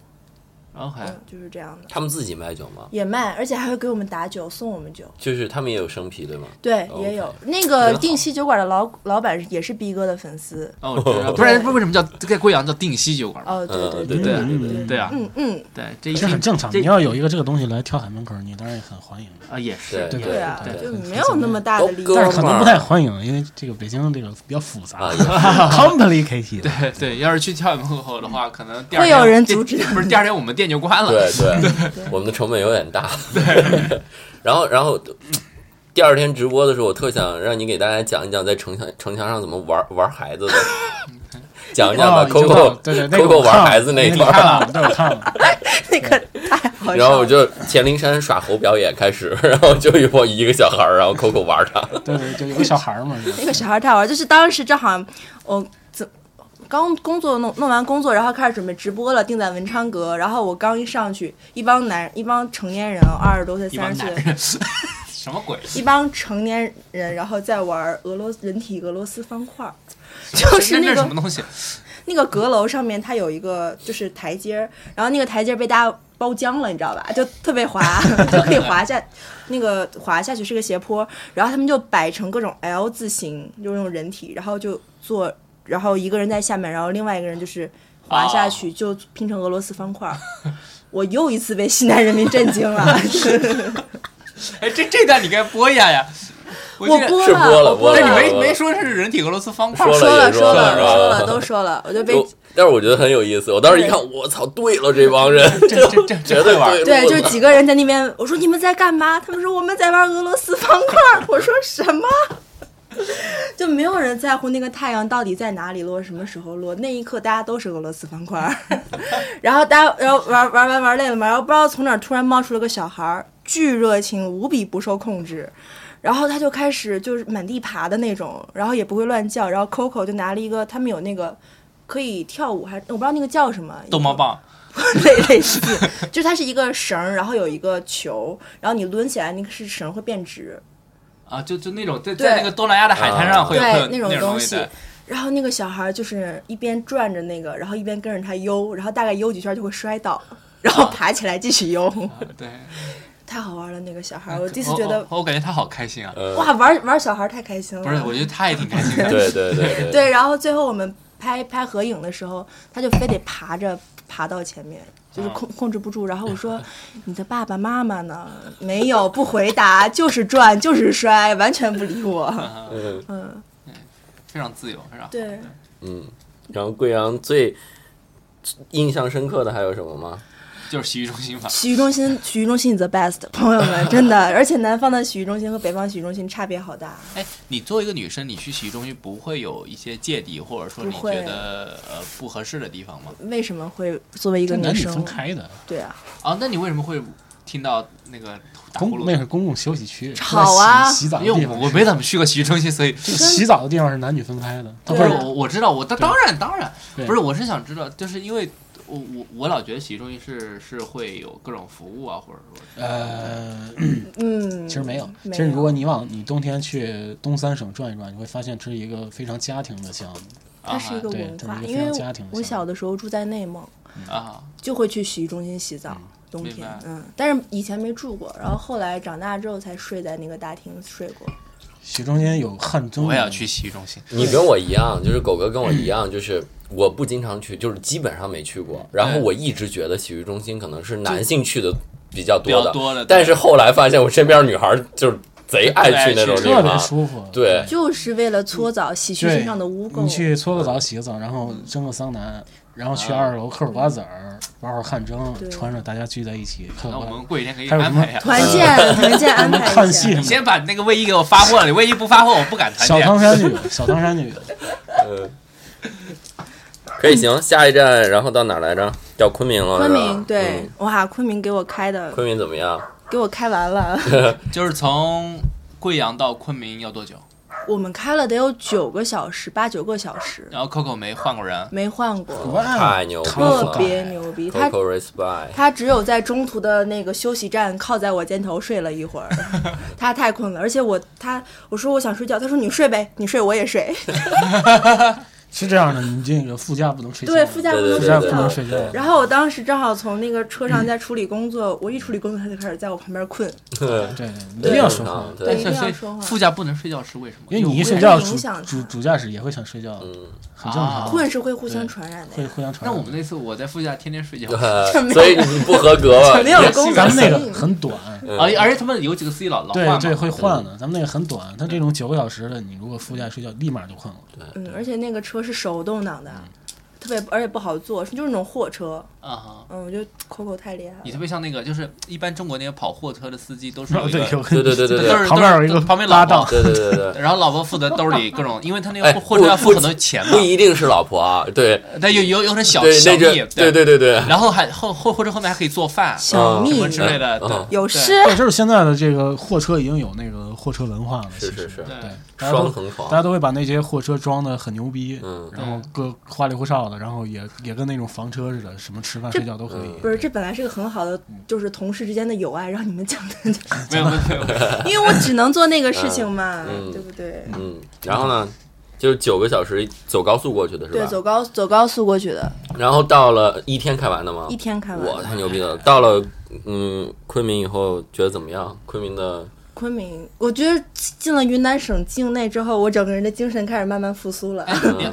Speaker 3: OK，
Speaker 4: 嗯，就是这样的。
Speaker 2: 他们自己卖酒吗？
Speaker 4: 也卖，而且还会给我们打酒，送我们酒。
Speaker 2: 就是他们也有生啤对吗？
Speaker 4: 对，
Speaker 2: OK
Speaker 4: 也有那
Speaker 2: 真
Speaker 4: 个
Speaker 2: 好
Speaker 4: 定西酒馆的老老板也是逼哥的粉丝。
Speaker 3: 哦，我知道，不然不是为什么叫在贵阳叫定西酒馆吗？
Speaker 4: 哦，对
Speaker 2: 嗯
Speaker 4: 对
Speaker 2: 对
Speaker 4: 对
Speaker 2: 对
Speaker 1: 对
Speaker 3: 对啊，
Speaker 4: 嗯嗯，
Speaker 3: 对，这一
Speaker 1: 这
Speaker 3: 听
Speaker 1: 很正常。
Speaker 3: 这
Speaker 1: 你要有一个这个东西来挑海门口，你当然也很欢迎，
Speaker 3: 啊也是，
Speaker 2: 对
Speaker 4: 对啊，
Speaker 1: 对
Speaker 4: 就
Speaker 1: 对
Speaker 4: 没有那么大的利益
Speaker 2: 都。哥
Speaker 1: 但
Speaker 2: 们
Speaker 1: 是可能不太欢迎，因为这个北京这个比较复杂
Speaker 2: 啊，也
Speaker 1: ，complicated。
Speaker 3: 对对，要是去跳门口的话，可能第二
Speaker 4: 会
Speaker 3: 天
Speaker 4: 有人
Speaker 3: 这
Speaker 4: 阻止
Speaker 3: 不是第二天我们店就关了。
Speaker 2: 对对， 我们的成本有点大。 然后然后第二天直播的时候，我特想让你给大家讲一讲在城墙城墙上怎么玩玩孩子的，讲一讲吧
Speaker 1: 哦，已经忘
Speaker 2: ，Coco
Speaker 1: 了对对，那个
Speaker 2: Coco
Speaker 1: 我看了
Speaker 2: 玩孩子那一
Speaker 1: 个
Speaker 2: 段
Speaker 1: 你看了，对，我看了。
Speaker 4: 那个太好笑了。
Speaker 2: 然后我就钱灵山耍猴表演开始，然后就有一个小孩儿，然后 Coco 玩他，
Speaker 1: 对对，就有个小孩儿嘛，
Speaker 4: 那个小孩太好玩，就是当时正好我怎刚工作弄弄完工作，然后开始准备直播了，定在文昌阁。然后我刚一上去，一帮男一帮成年人，二十多岁、
Speaker 3: 一
Speaker 4: 三
Speaker 3: 帮
Speaker 4: 十
Speaker 3: 男
Speaker 4: 岁，
Speaker 3: 人，什么鬼？
Speaker 4: 一帮成年人，然后在玩俄罗人体俄罗斯方块儿，就是
Speaker 3: 那
Speaker 4: 那
Speaker 3: 是什
Speaker 4: 个
Speaker 3: 么东西？
Speaker 4: 那个阁楼上面它有一个就是台阶儿，然后那个台阶儿被大家包浆了，你知道吧？就特别滑， 就可以滑下，那个滑下去是个斜坡，然后他们就摆成各种 L 字形，就用人体，然后就做，然后一个人在下面，然后另外一个人就是滑下去，就拼成俄罗斯方块 儿。我又一次被西南人民震惊 了，
Speaker 3: 哎，这这段你该播一下呀！我
Speaker 4: 我
Speaker 3: 记得
Speaker 4: 播
Speaker 2: 是播了
Speaker 4: 我播
Speaker 2: 播
Speaker 3: 但
Speaker 2: 了
Speaker 3: 你没
Speaker 2: 我
Speaker 3: 没说是人体俄罗斯方块，
Speaker 2: 说
Speaker 4: 说
Speaker 2: 了
Speaker 4: 了
Speaker 2: 也
Speaker 4: 说
Speaker 2: 了
Speaker 4: 了
Speaker 2: 是吧
Speaker 4: 说了都说了，我就被
Speaker 2: 我但是我觉得很有意思。我当时一看，我操，对了，这帮人
Speaker 3: 这这 这
Speaker 2: 绝
Speaker 3: 这
Speaker 2: 对
Speaker 3: 会玩儿。
Speaker 2: 对
Speaker 4: 对，
Speaker 2: 路
Speaker 4: 就
Speaker 2: 子
Speaker 4: 是几个人在那边，我说你们在干嘛？他们说我们在玩俄罗斯方块儿。我说什么？ 就没有人在乎那个太阳到底在哪里落，什么时候落。那一刻，大家都是俄罗斯方块儿。 然后大家，然后玩玩玩玩累了嘛，然后不知道从哪儿突然冒出了个小孩儿，巨热情，无比不受控制。然后他就开始就是满地爬的那种，然后也不会乱叫。然后 Coco 就拿了一个，他们有那个可以跳舞，还我不知道那个叫什么，
Speaker 3: 逗猫棒，
Speaker 4: 类类似，就是它是一个绳儿，然后有一个球，然后你抡起来，那个是绳儿会变直，
Speaker 3: 啊，就就那种在
Speaker 4: 对
Speaker 3: 在那个东南亚的海滩上会有会有
Speaker 4: 对
Speaker 3: 那
Speaker 4: 种
Speaker 3: 东
Speaker 4: 西
Speaker 3: 对。
Speaker 4: 然后那个小孩儿就是一边转着那个，然后一边跟着他悠，然后大概悠几圈就会摔倒，然
Speaker 3: 哦
Speaker 4: 后爬起来继续悠，
Speaker 3: 对，
Speaker 4: 太好玩了那个小孩儿，我第一次觉
Speaker 3: 哦
Speaker 4: 得
Speaker 3: 哦我感觉他好开心啊！
Speaker 2: 嗯
Speaker 4: 哇，玩玩小孩儿太开心了。
Speaker 3: 不是，我觉得他也挺开心的。
Speaker 2: 对对对对
Speaker 4: 对，然后最后我们拍拍合影的时候，他就非得爬着爬到前面。就是
Speaker 1: 啊
Speaker 4: 控控制不住，然后我说：“你的爸爸妈妈呢？”没有，不回答，就是转，就是摔，完全不理我。
Speaker 1: 啊
Speaker 2: 嗯
Speaker 4: 嗯，
Speaker 3: 非常自由，非常好
Speaker 4: 对。
Speaker 2: 嗯。然后贵阳最印象深刻的还有什么吗？
Speaker 3: 就是洗浴中心吧。
Speaker 4: 洗浴中心，洗浴中心 the best，朋友们，真 的，而且南方的洗浴中心和北方洗浴中心差别好大。
Speaker 3: 哎，你作为一个女生，你去洗浴中心不会有一些芥蒂，或者说你
Speaker 4: 不会
Speaker 3: 觉得呃不合适的地方吗？
Speaker 4: 为什么会作为一个
Speaker 1: 男
Speaker 4: 女
Speaker 1: 女
Speaker 4: 生？
Speaker 1: 分开的，
Speaker 4: 对啊，
Speaker 3: 啊，那你为什么会听到那个打呼
Speaker 1: 公那
Speaker 3: 噜？
Speaker 1: 是公共休息区，
Speaker 4: 好啊
Speaker 1: 洗洗澡的
Speaker 3: 因
Speaker 1: 地
Speaker 3: 为
Speaker 1: 方
Speaker 3: 我
Speaker 1: 是，
Speaker 3: 我没怎么去过洗浴中心，所以
Speaker 1: 这个洗澡的地方是男女分开的，它 不
Speaker 3: 啊不是
Speaker 1: 是
Speaker 3: 我我知道，我当当然当然
Speaker 1: 对
Speaker 3: 不是，我是想知道，就是因为我我我老觉得洗浴中心是是会有各种服务啊，或者说
Speaker 1: 呃，
Speaker 4: 嗯，
Speaker 1: 其实没有。
Speaker 4: 没
Speaker 1: 其实如果你往你冬天去东三省转一转，你会发现这是一个非常家庭的项目。
Speaker 4: 它是一个
Speaker 1: 啊对
Speaker 4: 文
Speaker 1: 它是
Speaker 4: 化，
Speaker 1: 一个
Speaker 4: 因
Speaker 1: 非
Speaker 4: 为
Speaker 1: 常家庭
Speaker 4: 我
Speaker 1: 的项
Speaker 4: 小
Speaker 1: 目
Speaker 4: 的时候住在内蒙，
Speaker 3: 啊
Speaker 4: 就会去洗浴中心洗澡，冬
Speaker 3: 明
Speaker 4: 天
Speaker 3: 白，
Speaker 4: 嗯，但是以前没住过，然后后来长大之后才睡在那个大厅睡过。
Speaker 1: 许中间有汗蒸，
Speaker 3: 我也要去。洗浴中心。
Speaker 2: 你跟我一样，就是狗哥跟我一样，就是我不经常去，就是基本上没去
Speaker 1: 嗯
Speaker 2: 过。然后我一直觉得洗浴中心可能是男性去的比较
Speaker 3: 比
Speaker 2: 多
Speaker 3: 较
Speaker 2: 的，
Speaker 3: 多的，
Speaker 2: 但是后来发现我身边女孩儿就是贼爱去那种地
Speaker 1: 特别
Speaker 2: 方。
Speaker 1: 舒服，
Speaker 2: 对
Speaker 4: 就是为了搓澡洗去
Speaker 1: 哎对
Speaker 4: 身上的污垢
Speaker 1: 你。去搓个澡、洗个澡，然后蒸个桑拿，然后去二楼嗑瓜子儿，玩会儿汗蒸，
Speaker 4: 啊对
Speaker 1: 穿着大家聚在一起嗑
Speaker 3: 那我
Speaker 1: 瓜子
Speaker 3: 们过几天可以
Speaker 1: 还有什
Speaker 3: 安
Speaker 1: 么
Speaker 3: 排一下。
Speaker 4: 团建，团建安
Speaker 1: 儿，
Speaker 4: 排一下。
Speaker 1: 看
Speaker 2: 啊
Speaker 1: 戏
Speaker 3: 你
Speaker 1: 什么
Speaker 3: 先把那个卫衣给我发货了，你卫衣不发货，我不敢
Speaker 1: 的。
Speaker 3: 团
Speaker 1: 小
Speaker 3: 建。
Speaker 1: 汤山 女，小汤山女，
Speaker 2: 嗯，可以行，下一站然后到哪儿来着？叫昆明了，
Speaker 4: 昆
Speaker 2: 是吧
Speaker 4: 明，对
Speaker 2: 嗯，
Speaker 4: 哇，昆明给我开的，
Speaker 2: 昆明怎么样？
Speaker 4: 给我开完了。
Speaker 3: 就是从贵阳到昆明要多久？
Speaker 4: 我们开了得有九个小时，八九个小时，
Speaker 3: 然后 Coco 没换过人，
Speaker 4: 没换过，
Speaker 1: 哇
Speaker 2: 太牛逼
Speaker 1: 哇
Speaker 4: 特
Speaker 2: 了
Speaker 4: 别牛逼。他
Speaker 2: ！Coco Respy，
Speaker 4: 他只有在中途的那个休息站靠在我肩头睡了一会儿，他太困了，而且我他我说我想睡觉，他说你睡呗，你睡我也睡。
Speaker 1: 是这样的，你这个副驾不能睡觉，
Speaker 4: 对，副驾不
Speaker 2: 对
Speaker 4: 能
Speaker 1: 副
Speaker 4: 睡
Speaker 2: 对
Speaker 1: 驾
Speaker 2: 对
Speaker 1: 不能
Speaker 4: 觉。
Speaker 1: 睡觉。
Speaker 4: 然后我当时正好从那个车上在处理工作，我一处理工作他就开始在我旁边困，
Speaker 2: 对
Speaker 1: 对，对一定要说话
Speaker 2: 嗯，
Speaker 4: 对，
Speaker 2: 对
Speaker 4: 一
Speaker 3: 所
Speaker 4: 定
Speaker 3: 以
Speaker 4: 要
Speaker 3: 所以
Speaker 4: 说话。
Speaker 3: 副驾不能睡觉是为什么？
Speaker 1: 因为你一
Speaker 3: 就
Speaker 1: 睡觉，
Speaker 4: 会
Speaker 1: 主
Speaker 4: 影响啊
Speaker 1: 主
Speaker 4: 他
Speaker 1: 主驾驶也会想睡觉，
Speaker 2: 嗯。
Speaker 1: 很正常，
Speaker 4: 困是会互相
Speaker 1: 对
Speaker 4: 传染的
Speaker 1: 会
Speaker 4: 呀。
Speaker 1: 互相传
Speaker 3: 那
Speaker 1: 染。
Speaker 3: 我们那次我在副驾天天睡觉，啊，
Speaker 2: 对所以你不合格 了。
Speaker 4: 没有工
Speaker 1: 咱
Speaker 4: 作
Speaker 1: 们那
Speaker 4: 性
Speaker 1: 个很短，
Speaker 2: 嗯
Speaker 3: 而且他们有几个司机老老
Speaker 1: 对
Speaker 3: 换
Speaker 1: 对，
Speaker 3: 嘛，嗯
Speaker 1: 会换的。咱们那个很短，它这种九个小时的，你如果副驾睡觉，立马就困了。
Speaker 4: 嗯，而且那个车是手动挡的，特别而且不好坐，就是那种货车。
Speaker 3: 啊哈。
Speaker 4: 嗯，我觉得 Coco 太厉害了
Speaker 3: 你。特别像那个，就是一般中国那些跑货车的司机都是有
Speaker 1: 对
Speaker 3: 一个，
Speaker 1: 有
Speaker 2: 对对对对
Speaker 3: 都
Speaker 2: 对
Speaker 3: 是
Speaker 1: 旁边有一
Speaker 3: 都
Speaker 1: 个
Speaker 3: 是旁边
Speaker 1: 搭
Speaker 3: 老
Speaker 1: 档
Speaker 3: 婆，
Speaker 2: 对对对 对对，
Speaker 3: 然后老婆负责兜里各种，因为他那
Speaker 2: 哎
Speaker 3: 个货车要
Speaker 2: 不
Speaker 3: 付很多钱嘛
Speaker 2: 不，一定是老婆啊，对
Speaker 3: 但有有有点小
Speaker 2: 对，
Speaker 3: 小
Speaker 2: 那
Speaker 3: 蜜，
Speaker 2: 个对对对对，
Speaker 3: 然后还后后或者后面还可以做饭什
Speaker 4: 小
Speaker 2: 嗯
Speaker 4: 蜜
Speaker 3: 么之类的，
Speaker 2: 嗯
Speaker 3: 对，
Speaker 4: 有事
Speaker 1: 但是现在的这个货车已经有那个货车文化了，其
Speaker 2: 是
Speaker 1: 实
Speaker 2: 是是，
Speaker 1: 对
Speaker 3: 对，
Speaker 1: 大家都
Speaker 2: 双横床
Speaker 1: 大家都会把那些货车装的很牛逼，
Speaker 2: 嗯
Speaker 1: 然后各花里胡哨的，然后也也跟那种房车似的，什么吃饭
Speaker 4: 这
Speaker 1: 睡觉都可以。
Speaker 4: 不是，这本来是个很好的，就是同事之间的友爱，让你们讲的，
Speaker 3: 没有没有没有，
Speaker 4: 因为我只能做那个事情嘛，
Speaker 2: 嗯
Speaker 4: 对不对？
Speaker 2: 嗯，然后呢，就是九个小时走高速过去的是
Speaker 4: 对，
Speaker 2: 吧？
Speaker 4: 走高走高速过去的，
Speaker 2: 然后到了一天开完的吗？
Speaker 4: 一天开
Speaker 2: 哦我
Speaker 4: 完。
Speaker 2: 太牛逼了！到了嗯昆明以后觉得怎么样？昆明的
Speaker 4: 昆明，我觉得进了云南省境内之后，我整个人的精神开始慢慢复苏
Speaker 3: 啊
Speaker 4: 了。
Speaker 2: 嗯
Speaker 3: 你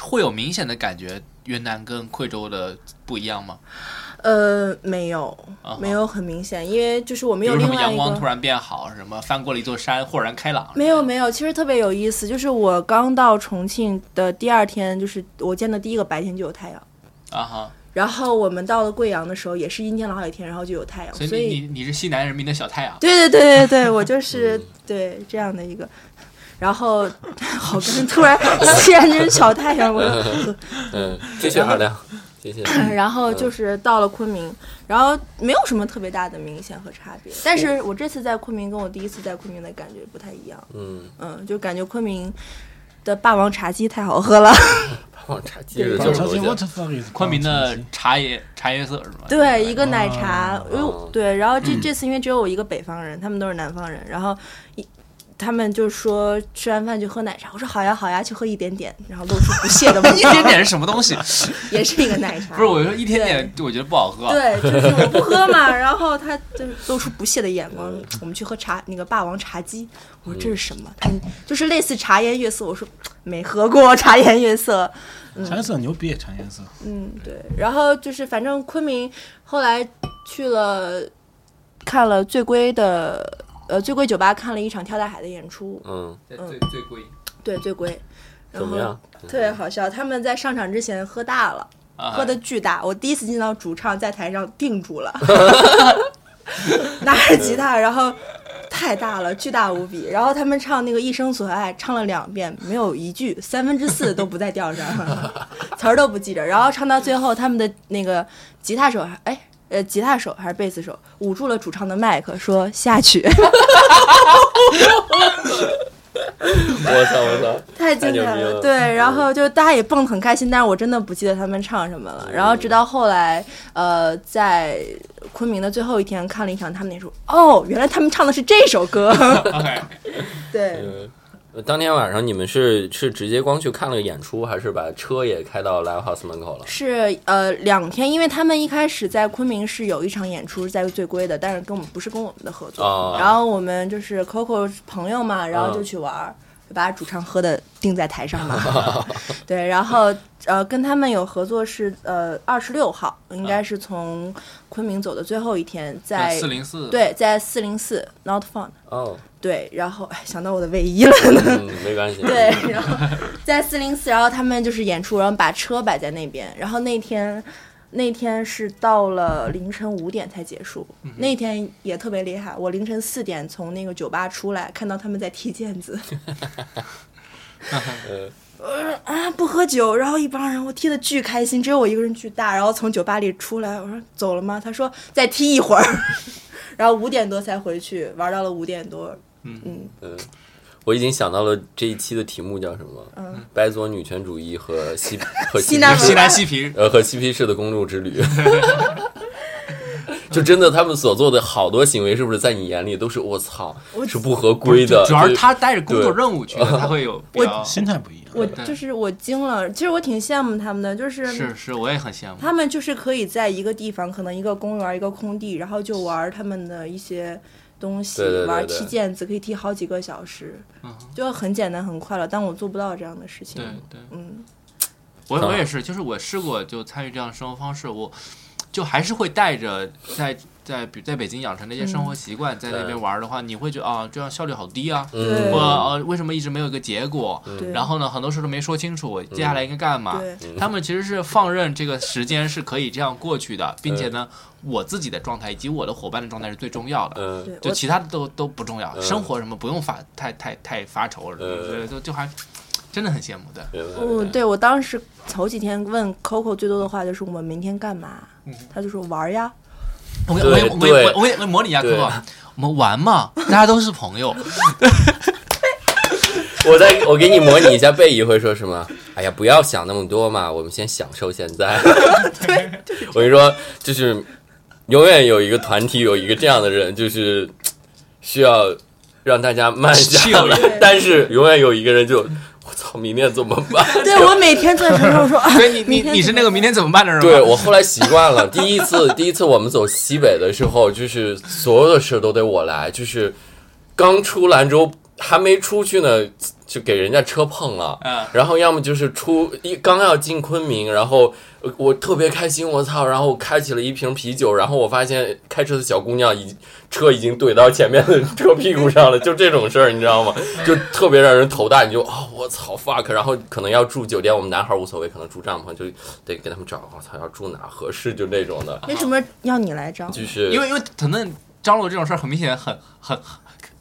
Speaker 3: 会有明显的感觉云南跟贵州的不一样吗？
Speaker 4: 呃，没有
Speaker 3: 啊哈，
Speaker 4: 没有很明显，因为就是我们
Speaker 3: 比
Speaker 4: 有
Speaker 3: 如什
Speaker 4: 另
Speaker 3: 么
Speaker 4: 外
Speaker 3: 阳
Speaker 4: 一
Speaker 3: 光突
Speaker 4: 个。
Speaker 3: 然变好，什么翻过了一座山豁然开朗，
Speaker 4: 没有没有，其实特别有意思，就是我刚到重庆的第二天，就是我见的第一个白天就有太阳，
Speaker 3: 啊哈，
Speaker 4: 然后我们到了贵阳的时候也是阴天了好几天，然后就有太阳，
Speaker 3: 所
Speaker 4: 所
Speaker 3: 以你你你是西南人民的小太阳，
Speaker 4: 对对对对对，我就是对这样的一个。然后，好跟突然突然间小太阳，我就呃
Speaker 2: 嗯，谢谢二亮，谢谢。
Speaker 4: 然后就是到了昆明，然后没有什么特别大的明显和差别。但是我这次在昆明跟我第一次在昆明的感觉不太一样，
Speaker 2: 嗯，
Speaker 4: 嗯，就感觉昆明的霸王茶鸡太好喝了。
Speaker 2: 哇，茶几是
Speaker 1: 不
Speaker 2: 这
Speaker 1: 是长
Speaker 2: 种东
Speaker 1: 期
Speaker 2: 西。
Speaker 1: ，what the fuck is-
Speaker 3: 昆明
Speaker 1: 长
Speaker 3: 的
Speaker 1: 期
Speaker 3: 茶颜茶颜色是吗？
Speaker 4: 对，一个
Speaker 3: 啊
Speaker 4: 奶茶，因为
Speaker 2: 哦
Speaker 3: 嗯
Speaker 4: 对，然后这这次因为只有我一个北方人，他们都是南方人，然后一他们就说吃完饭去喝奶茶，我说好呀好呀，去喝一点点，然后露出不屑的目
Speaker 3: 一
Speaker 4: 光，
Speaker 3: 点点是什么东西？
Speaker 4: 也是一个 奶茶，
Speaker 3: 不是，我说一点点，我觉得不好喝。
Speaker 4: 对，就是我不喝嘛，然后他就露出不屑的眼
Speaker 3: 嗯
Speaker 4: 光。我们去喝茶，那个霸王茶姬，我说这是什么？他们就是类似茶颜悦色，我说没喝过茶颜悦色。
Speaker 1: 茶颜色牛逼，茶颜色。
Speaker 4: 嗯，对。然后就是反正昆明后来去了看了醉龟的呃醉龟酒吧看了一场跳大海的演出，
Speaker 2: 嗯，
Speaker 3: 最最贵
Speaker 4: 对醉龟，然
Speaker 2: 怎
Speaker 4: 后
Speaker 2: 么样？
Speaker 4: 特别好笑，他们在上场之前喝大了。
Speaker 3: 啊，
Speaker 4: 喝的巨大，我第一次见到主唱在台上定住了，拿着吉他，然后太大了，巨大无比。然后他们唱那个《一生所爱》，唱了两遍，没有一句三分之四都不在调上， 词儿都不记着。然后唱到最后，他们的那个吉他手还哎。呃，吉他手还是贝斯手捂住了主唱的麦克，说下去，
Speaker 2: 我操我操！
Speaker 4: 太精彩
Speaker 2: 太牛逼了嗯
Speaker 4: 了。对，然后就大家也蹦得很开心，但是我真的不记得他们唱什么了。然后直到后来，呃，在昆明的最后一天看了一场他们那首，哦，原来他们唱的是这首 歌。
Speaker 3: OK，
Speaker 4: 对，
Speaker 2: 呃当天晚上你们是是直接光去看了个演出，还是把车也开到 live house 门口了？
Speaker 4: 是呃两天，因为他们一开始在昆明是有一场演出是在醉龟的，但是跟我们不是跟我们的合作。
Speaker 2: 哦
Speaker 4: 然后我们就是 Coco 朋友嘛，然后就
Speaker 2: 嗯
Speaker 4: 去玩儿。就把主唱喝的定在台上嘛，对，然后呃跟他们有合作是呃二十六号，应该是从昆明走的最后一天，在
Speaker 3: 四零四，
Speaker 4: 对在四零四 Not Fun，
Speaker 2: 哦，
Speaker 4: 对，然后哎想到我的卫衣了呢，
Speaker 2: 嗯，没关系。
Speaker 4: 对，然后在四零四，然后他们就是演出，然后把车摆在那边，然后那天。那天是到了凌晨五点才结束，那天也特别厉害。我凌晨四点从那个酒吧出来，看到他们在踢毽子，
Speaker 2: 呃，
Speaker 4: 啊，不喝酒，然后一帮人我踢的巨开心，只有我一个人巨大。然后从酒吧里出来，我说走了吗？他说再踢一会儿， 然后五点多才回去，玩到了五点多。
Speaker 2: 嗯我已经想到了这一期的题目叫什么？嗯，白左女权主义和嬉和嬉
Speaker 4: 西南
Speaker 2: 皮士
Speaker 3: 西南西皮，
Speaker 2: 呃和嬉皮士的公路之旅。 就真的，他们所做的好多行为，是不是在你眼里都是我操，是不合规的？
Speaker 3: 主要是
Speaker 2: 就
Speaker 3: 他带着工作任务去的，他会有比较。
Speaker 1: 心态不一样。
Speaker 4: 我
Speaker 3: 对
Speaker 4: 就是我惊了，其实我挺羡慕他们的，就是
Speaker 3: 是是，我也很羡慕。
Speaker 4: 他们就是可以在一个地方，可能一个公园、一个空地，然后就玩他们的一些东西，
Speaker 2: 对对对
Speaker 4: 玩
Speaker 2: 对
Speaker 4: 踢毽子，可以踢好几个小时，
Speaker 3: 嗯
Speaker 4: 就很简单很快乐。但我做不到这样的事情
Speaker 3: 对。对，
Speaker 4: 嗯，
Speaker 3: 我
Speaker 2: 啊
Speaker 3: 我也是，就是我试过就参与这样的生活方式，我就还是会带着在在比在北京养成的一些生
Speaker 4: 嗯
Speaker 3: 活习惯，在那边玩的话，你会觉得啊，这样效率好低啊，
Speaker 2: 嗯
Speaker 4: 对
Speaker 3: 我呃为什么一直没有一个结果？
Speaker 4: 对。
Speaker 3: 然后呢，很多事都没说清楚，我接下来应该干嘛？
Speaker 4: 对，
Speaker 2: 嗯
Speaker 3: 他们其实是放任这个时间是可以这样过去的，并
Speaker 2: 嗯
Speaker 3: 且呢，我自己的状态以及我的伙伴的状态是最重要的。
Speaker 2: 嗯
Speaker 4: 对
Speaker 3: 就
Speaker 4: 我
Speaker 3: 其他的都都不重要，生活什么不用发太太太发愁了，
Speaker 2: 嗯
Speaker 3: 对就就还真的很羡慕对，
Speaker 2: 明白明白
Speaker 4: 嗯，对我当时头几天问 Coco 最多的话就是我们明天干嘛，
Speaker 2: 嗯
Speaker 4: 他就说玩儿 呀。
Speaker 3: 我也
Speaker 2: 对
Speaker 3: 我也我
Speaker 2: 对
Speaker 3: 也我也我也模拟一下
Speaker 2: 对
Speaker 3: 科，我们玩嘛，大家都是朋友，
Speaker 2: 我再我给你模拟一下，贝姨会说什么？哎呀，不要想那么多嘛，我们先享受现在。对， 我跟你说，就是永远有一个团体有一个这样的人，就是需要让大家慢下
Speaker 3: Chill 一
Speaker 2: 来，但是永远有一个人就。我操，明天怎么办？
Speaker 4: 对我每天在床上说，啊
Speaker 3: 所以你你
Speaker 4: 明天
Speaker 3: 你是那个明天怎么办的人吗？
Speaker 2: 对我后来习惯了。第一次， 第一次我们走西北的时候，就是所有的事都得我来，就是刚出兰州还没出去呢，就给人家车碰了。
Speaker 3: 嗯，
Speaker 2: 然后要么就是出一刚要进昆明，然后呃我特别开心，我操！然后我开起了一瓶啤酒，然后我发现开车的小姑娘已车已经怼到前面的车屁股上了，就这种事儿，你知道吗？就特别让人头大，你就啊、我操 fuck！然后可能要住酒店，我们男孩无所谓，可能住帐篷就得给他们找，我操，要住哪合适，就那种的，
Speaker 4: 为什么要你来招？
Speaker 2: 就是
Speaker 3: 因为因为可能张罗这种事儿很明显很很很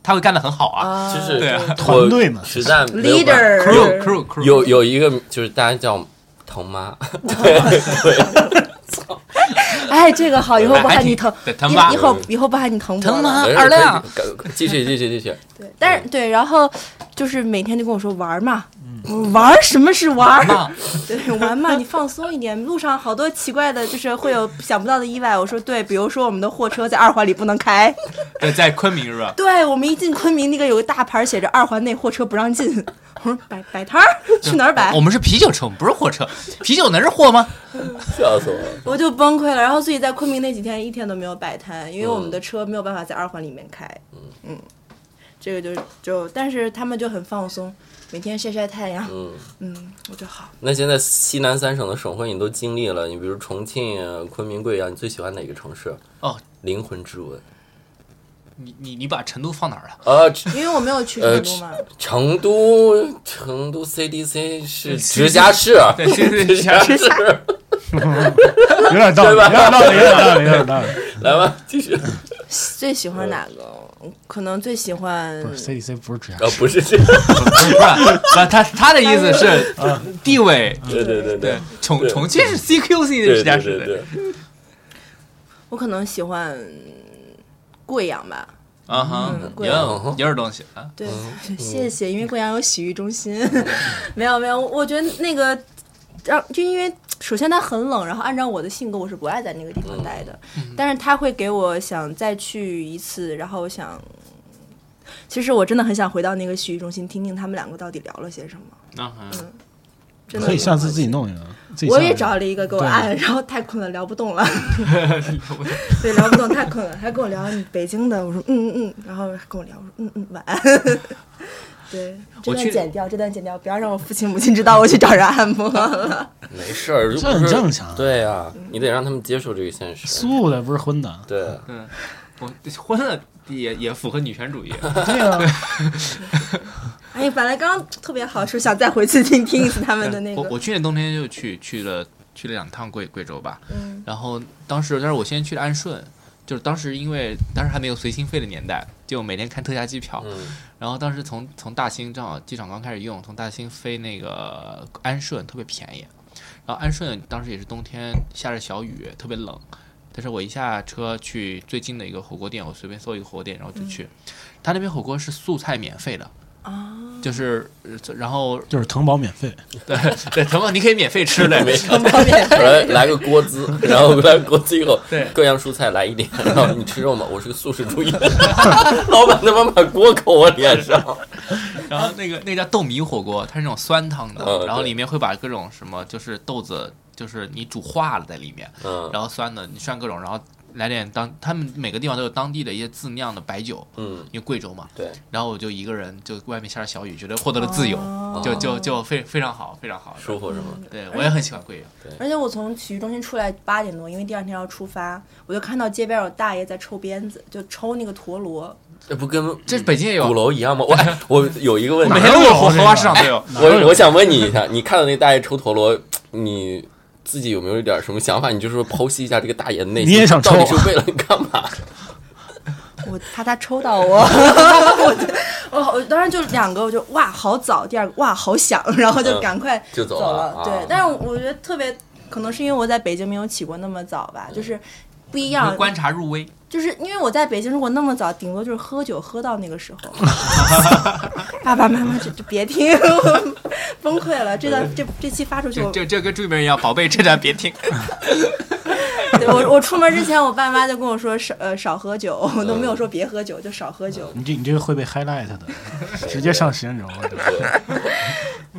Speaker 3: 他会干得很好啊
Speaker 4: 啊，
Speaker 2: 就是
Speaker 3: 对啊
Speaker 2: 我
Speaker 1: 团队嘛
Speaker 2: 实在没有办
Speaker 4: ，leader
Speaker 2: 法
Speaker 3: ，crew crew crew
Speaker 2: 有有一个就是大家叫疼妈，
Speaker 4: 哎，这个好，以后不喊你疼，
Speaker 3: 对他妈
Speaker 4: 以以后以后不喊你疼婆了
Speaker 3: 疼妈
Speaker 2: 没事
Speaker 3: 嗯二亮，
Speaker 2: 可以可以继续继续继续，
Speaker 4: 对，但是对，然后就是每天就跟我说玩嘛，玩儿什么是玩儿？ 对，玩嘛，你放松一点。路上好多奇怪的，就是会有想不到的意外。我说对，比如说我们的货车在二环里不能开，
Speaker 3: 对，在昆明是吧？
Speaker 4: 对我们一进昆明，那个有个大牌写着二环内货车不让进。 我说摆摆摊儿， 去哪儿摆
Speaker 3: 我？们是啤酒车，不是货车。啤酒能是货吗？
Speaker 2: 笑死我了。
Speaker 4: 我就崩溃了。然后所以在昆明那几天一天都没有摆摊，因为我们的车没有办法在二环里面开。嗯，这个就就，但是他们就很放松，每天晒晒太阳。
Speaker 2: 嗯，
Speaker 4: 嗯，我就好。
Speaker 2: 那现在西南三省的省会你都经历了，你比如重庆、啊、昆明、贵阳，你最喜欢哪个城市？
Speaker 3: 哦，
Speaker 2: 灵魂之吻。
Speaker 3: 你你你把成都放哪儿了？
Speaker 2: 呃，
Speaker 4: 因为我没有去成都嘛，
Speaker 2: 成都成都 CDC 是直辖市，
Speaker 3: 嗯
Speaker 2: 啊
Speaker 3: 对是直辖市
Speaker 2: 直辖市。
Speaker 1: 有点道理，有点道理，有点道理，有点道理。
Speaker 2: 来吧，继续。哦
Speaker 4: 最喜欢哪个？可能最喜欢
Speaker 1: 不是 CDC 不是直辖
Speaker 2: 呃，
Speaker 1: 市，
Speaker 2: 不是这，
Speaker 3: 不是，不他他的意思是地位。
Speaker 2: 对对对
Speaker 3: 对
Speaker 2: 对，
Speaker 3: 重
Speaker 2: 对
Speaker 3: 重庆是 CQC 的
Speaker 2: 对
Speaker 3: 直辖
Speaker 2: 对
Speaker 3: 市
Speaker 2: 对
Speaker 3: 的
Speaker 2: 对。
Speaker 4: 我可能喜欢贵阳吧。
Speaker 3: 啊哈
Speaker 4: 嗯，
Speaker 3: 有
Speaker 4: 贵
Speaker 2: 阳
Speaker 3: 有点东西啊。
Speaker 4: 对， 谢谢，因为贵阳有洗浴中心。 没有没有，我觉得那个让就因为首先它很冷，然后按照我的性格，我是不爱在那个地方待的。但是它会给我想再去一次，然后我想。其实我真的很想回到那个洗浴中心，听听他们两个到底聊了些什么。
Speaker 2: 嗯
Speaker 3: 啊哈，
Speaker 4: 真的
Speaker 1: 可以
Speaker 4: 有
Speaker 1: 下次自己弄一个。自己
Speaker 4: 我
Speaker 1: 下一
Speaker 4: 也
Speaker 1: 个
Speaker 4: 找了一个给我
Speaker 1: 对
Speaker 4: 按，然后太困了，聊不 动了。对，聊不动，太困了，还跟我聊你北京的，我说嗯嗯嗯，然后还跟我聊，我说嗯嗯晚安。 对，这
Speaker 3: 我
Speaker 4: 段
Speaker 3: 去
Speaker 4: 剪掉，这段剪掉，不要让我父亲母亲知道我去找人按摩 了。
Speaker 2: 没事儿，
Speaker 1: 这很
Speaker 2: 不是
Speaker 1: 正常啊
Speaker 2: 对呀，你得让他们接受这个现实。
Speaker 1: 素的不是荤的，
Speaker 2: 对，啊
Speaker 3: 嗯，我婚了也也符合女权主义。
Speaker 1: 对呀、
Speaker 4: 哎，本来刚刚特别好，是想再回去听听一次他们的那
Speaker 3: 我
Speaker 4: 个。
Speaker 3: 我去年冬天就去去了去了两趟贵贵州吧，
Speaker 4: 嗯
Speaker 3: 然后当时但是我先去了安顺，就是当时因为当时还没有随心飞的年代，就每天看特价机票，
Speaker 2: 嗯
Speaker 3: 然后当时从从大兴正好机场刚开始用，从大兴飞那个安顺特别便宜，然后安顺当时也是冬天下着小雨，特别冷。但是我一下车去最近的一个火锅店，我随便搜一个火锅店，然后就去。他那边火锅是素菜免费的，
Speaker 4: 啊，
Speaker 3: 就是呃然后
Speaker 1: 就是腾宝免费，
Speaker 3: 对对，什么你可以免费吃 的，
Speaker 2: 来来个锅滋，然后来锅滋以后，
Speaker 3: 对
Speaker 2: 各样蔬菜来一点。然后你吃肉吗？我是个素食主义。 老板他妈把锅扣我脸上。
Speaker 3: 然后那个那叫豆米火锅，它是那种酸汤的，
Speaker 2: 嗯
Speaker 3: 然后
Speaker 2: 啊对
Speaker 3: 里面会把各种什么就是豆子，就是你煮化了在里面，
Speaker 2: 嗯
Speaker 3: 然后酸的你涮各种，然后来点当他们每个地方都有当地的一些自酿的白酒，
Speaker 2: 嗯，
Speaker 3: 因为贵州嘛。
Speaker 2: 对，
Speaker 3: 然后我就一个人就外面下着小雨，觉得获得了自由，
Speaker 4: 哦
Speaker 3: 就就就非非常好，非常好。
Speaker 2: 舒服是吗？
Speaker 3: 对，我也很喜欢贵阳。
Speaker 4: 而且我从体育中心出来八点多，因为第二天要出发，我就看到街边有大爷在抽鞭子，就抽那个陀螺。
Speaker 2: 这不跟
Speaker 3: 这北京也
Speaker 2: 嗯鼓
Speaker 3: 有，
Speaker 2: 楼一样吗？我 哎我有一个问题啊
Speaker 3: 每，天都
Speaker 1: 哪
Speaker 3: 有
Speaker 1: 有
Speaker 3: 荷
Speaker 1: 这
Speaker 3: 荷
Speaker 1: 个
Speaker 3: 花市场都有。
Speaker 2: 我我想问你一下，你看到那个大爷抽陀螺，你自己有没有一点什么想法？你就是说剖析一下这个大爷的内心，
Speaker 1: 你也想抽
Speaker 2: 到底是为了干嘛？
Speaker 4: 我怕他抽到我，我我我当时就两个，我就哇好早，第二个哇好响，然后就
Speaker 2: 嗯
Speaker 4: 赶快
Speaker 2: 就走
Speaker 4: 走
Speaker 2: 了啊
Speaker 4: 对，但是我觉得特别，可能是因为我在北京没有起过那么早吧，
Speaker 2: 嗯
Speaker 4: 就是不一样。
Speaker 3: 观察入微，
Speaker 4: 就是因为我在北京，如果那么早，顶多就是喝酒喝到那个时 候。爸爸妈妈就就别听， 我崩溃了。这
Speaker 2: 嗯
Speaker 4: 段这这期发出去，
Speaker 3: 就
Speaker 4: 我
Speaker 3: 就就跟追名一样，宝贝，这段别听。
Speaker 4: 嗯对我我出门之前，我爸妈就跟我说少呃少喝酒，
Speaker 2: 嗯
Speaker 4: 我都没有说别喝酒，就少喝酒。
Speaker 1: 你这你这个会被 highlight 的，直接上时间 轴。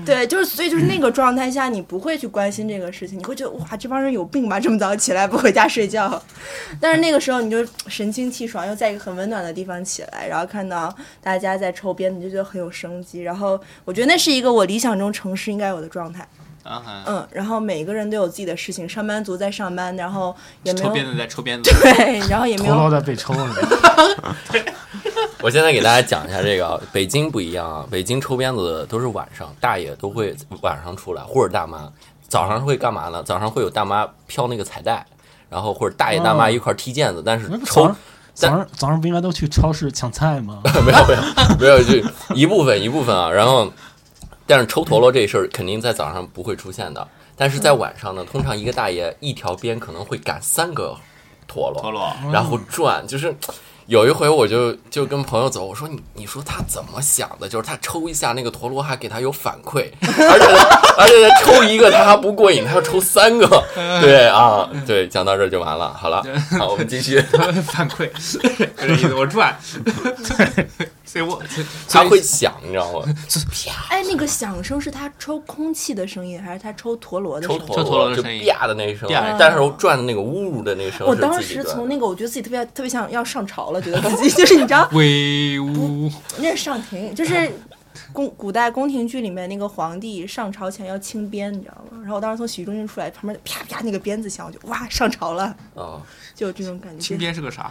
Speaker 4: 对，就是所以就是那个状态下，你不会去关心这个事情，你会觉得哇，这帮人有病吧，这么早起来不回家睡觉。但是那个时候你就神清气爽，又在一个很温暖的地方起来，然后看到大家在抽鞭，你就觉得很有生机。然后我觉得那是一个我理想中城市应该有的状态。
Speaker 3: 啊哈，
Speaker 4: 嗯，然后每个人都有自己的事情，上班族在上班，然后也没
Speaker 3: 抽
Speaker 4: 有
Speaker 3: 鞭子在抽鞭子。
Speaker 4: 对，然后也没
Speaker 1: 陀螺
Speaker 4: 有
Speaker 1: 在被 抽了，
Speaker 2: 我现在给大家讲一下这个啊，北京不一样啊，北京抽鞭子的都是晚上，大爷都会晚上出来，或者大妈。早上会干嘛呢？早上会有大妈飘那个彩带，然后或者大爷大妈一块儿踢毽子，但是
Speaker 1: 哦那不
Speaker 2: 抽
Speaker 1: 早上早上早上不应该都去超市抢菜吗？
Speaker 2: 没有没有没有，就一部分一部分啊。然后，但是抽陀螺这事儿肯定在早上不会出现的，但是在晚上呢，通常一个大爷一条鞭可能会赶三个陀螺，
Speaker 3: 陀螺
Speaker 2: 然后转，就是有一回我就就跟朋友走，我说你你说他怎么想的？就是他抽一下那个陀螺还给他有反馈， 而且他而且他抽一个他还不过瘾，他要抽三个。
Speaker 3: 嗯
Speaker 2: 对啊，对，讲到这儿就完了。好了，好，我们继续。
Speaker 3: 反馈，有点意思，我转， 所以我
Speaker 2: 他会想，你知道吗？
Speaker 4: 哎，那个响声是他抽空气的声音，还是他抽陀螺的声
Speaker 2: 抽
Speaker 4: 音？
Speaker 2: 陀
Speaker 3: 抽陀螺
Speaker 2: 螺
Speaker 3: 的
Speaker 2: 就
Speaker 3: 声音
Speaker 2: 啪的那一声
Speaker 3: 啪，
Speaker 2: 但是我转的那个呜呜的那个声
Speaker 4: 我
Speaker 2: 是
Speaker 4: 当
Speaker 2: 自己
Speaker 4: 时
Speaker 2: 转的
Speaker 4: 从那个，我觉得自己特别特别想要上朝了，觉得自己 就是你知道，
Speaker 3: 威武，
Speaker 4: 那是上庭，就是宫古代宫廷剧里面那个皇帝上朝前要清鞭，你知道吗？然后我当时从洗浴中心出来，旁边啪啪那个鞭子响，我就哇上朝了，
Speaker 2: 啊，
Speaker 4: 就有这种感觉。
Speaker 3: 金边是个啥？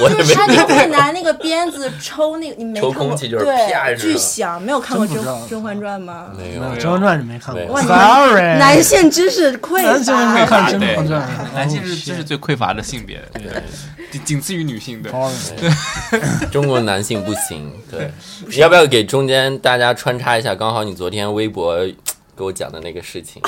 Speaker 2: 我也
Speaker 4: 就是他
Speaker 2: 没
Speaker 4: 就会拿那个鞭子抽那个，你没
Speaker 2: 抽
Speaker 4: 看过
Speaker 2: 空气就是啪一
Speaker 4: 对
Speaker 2: 声
Speaker 4: 巨响，没有看过《
Speaker 1: 真
Speaker 4: 甄
Speaker 1: 不知道
Speaker 4: 甄嬛传》吗？
Speaker 2: 没
Speaker 1: 没有
Speaker 2: 有
Speaker 1: 《甄嬛传》你没看过
Speaker 2: 哇
Speaker 4: 你
Speaker 2: 哎
Speaker 1: ？Sorry，
Speaker 4: 男性知识匮
Speaker 1: 男性没
Speaker 4: 乏，
Speaker 1: 看《甄嬛传》，
Speaker 3: 男性是哎这是最匮乏的性别，
Speaker 2: 哦对。哦
Speaker 3: 仅仅次于女性的。
Speaker 1: Sorry，
Speaker 2: 中国男性不 行，对，要不要给中间大家穿插一下？刚好你昨天微博给我讲的那个事 情，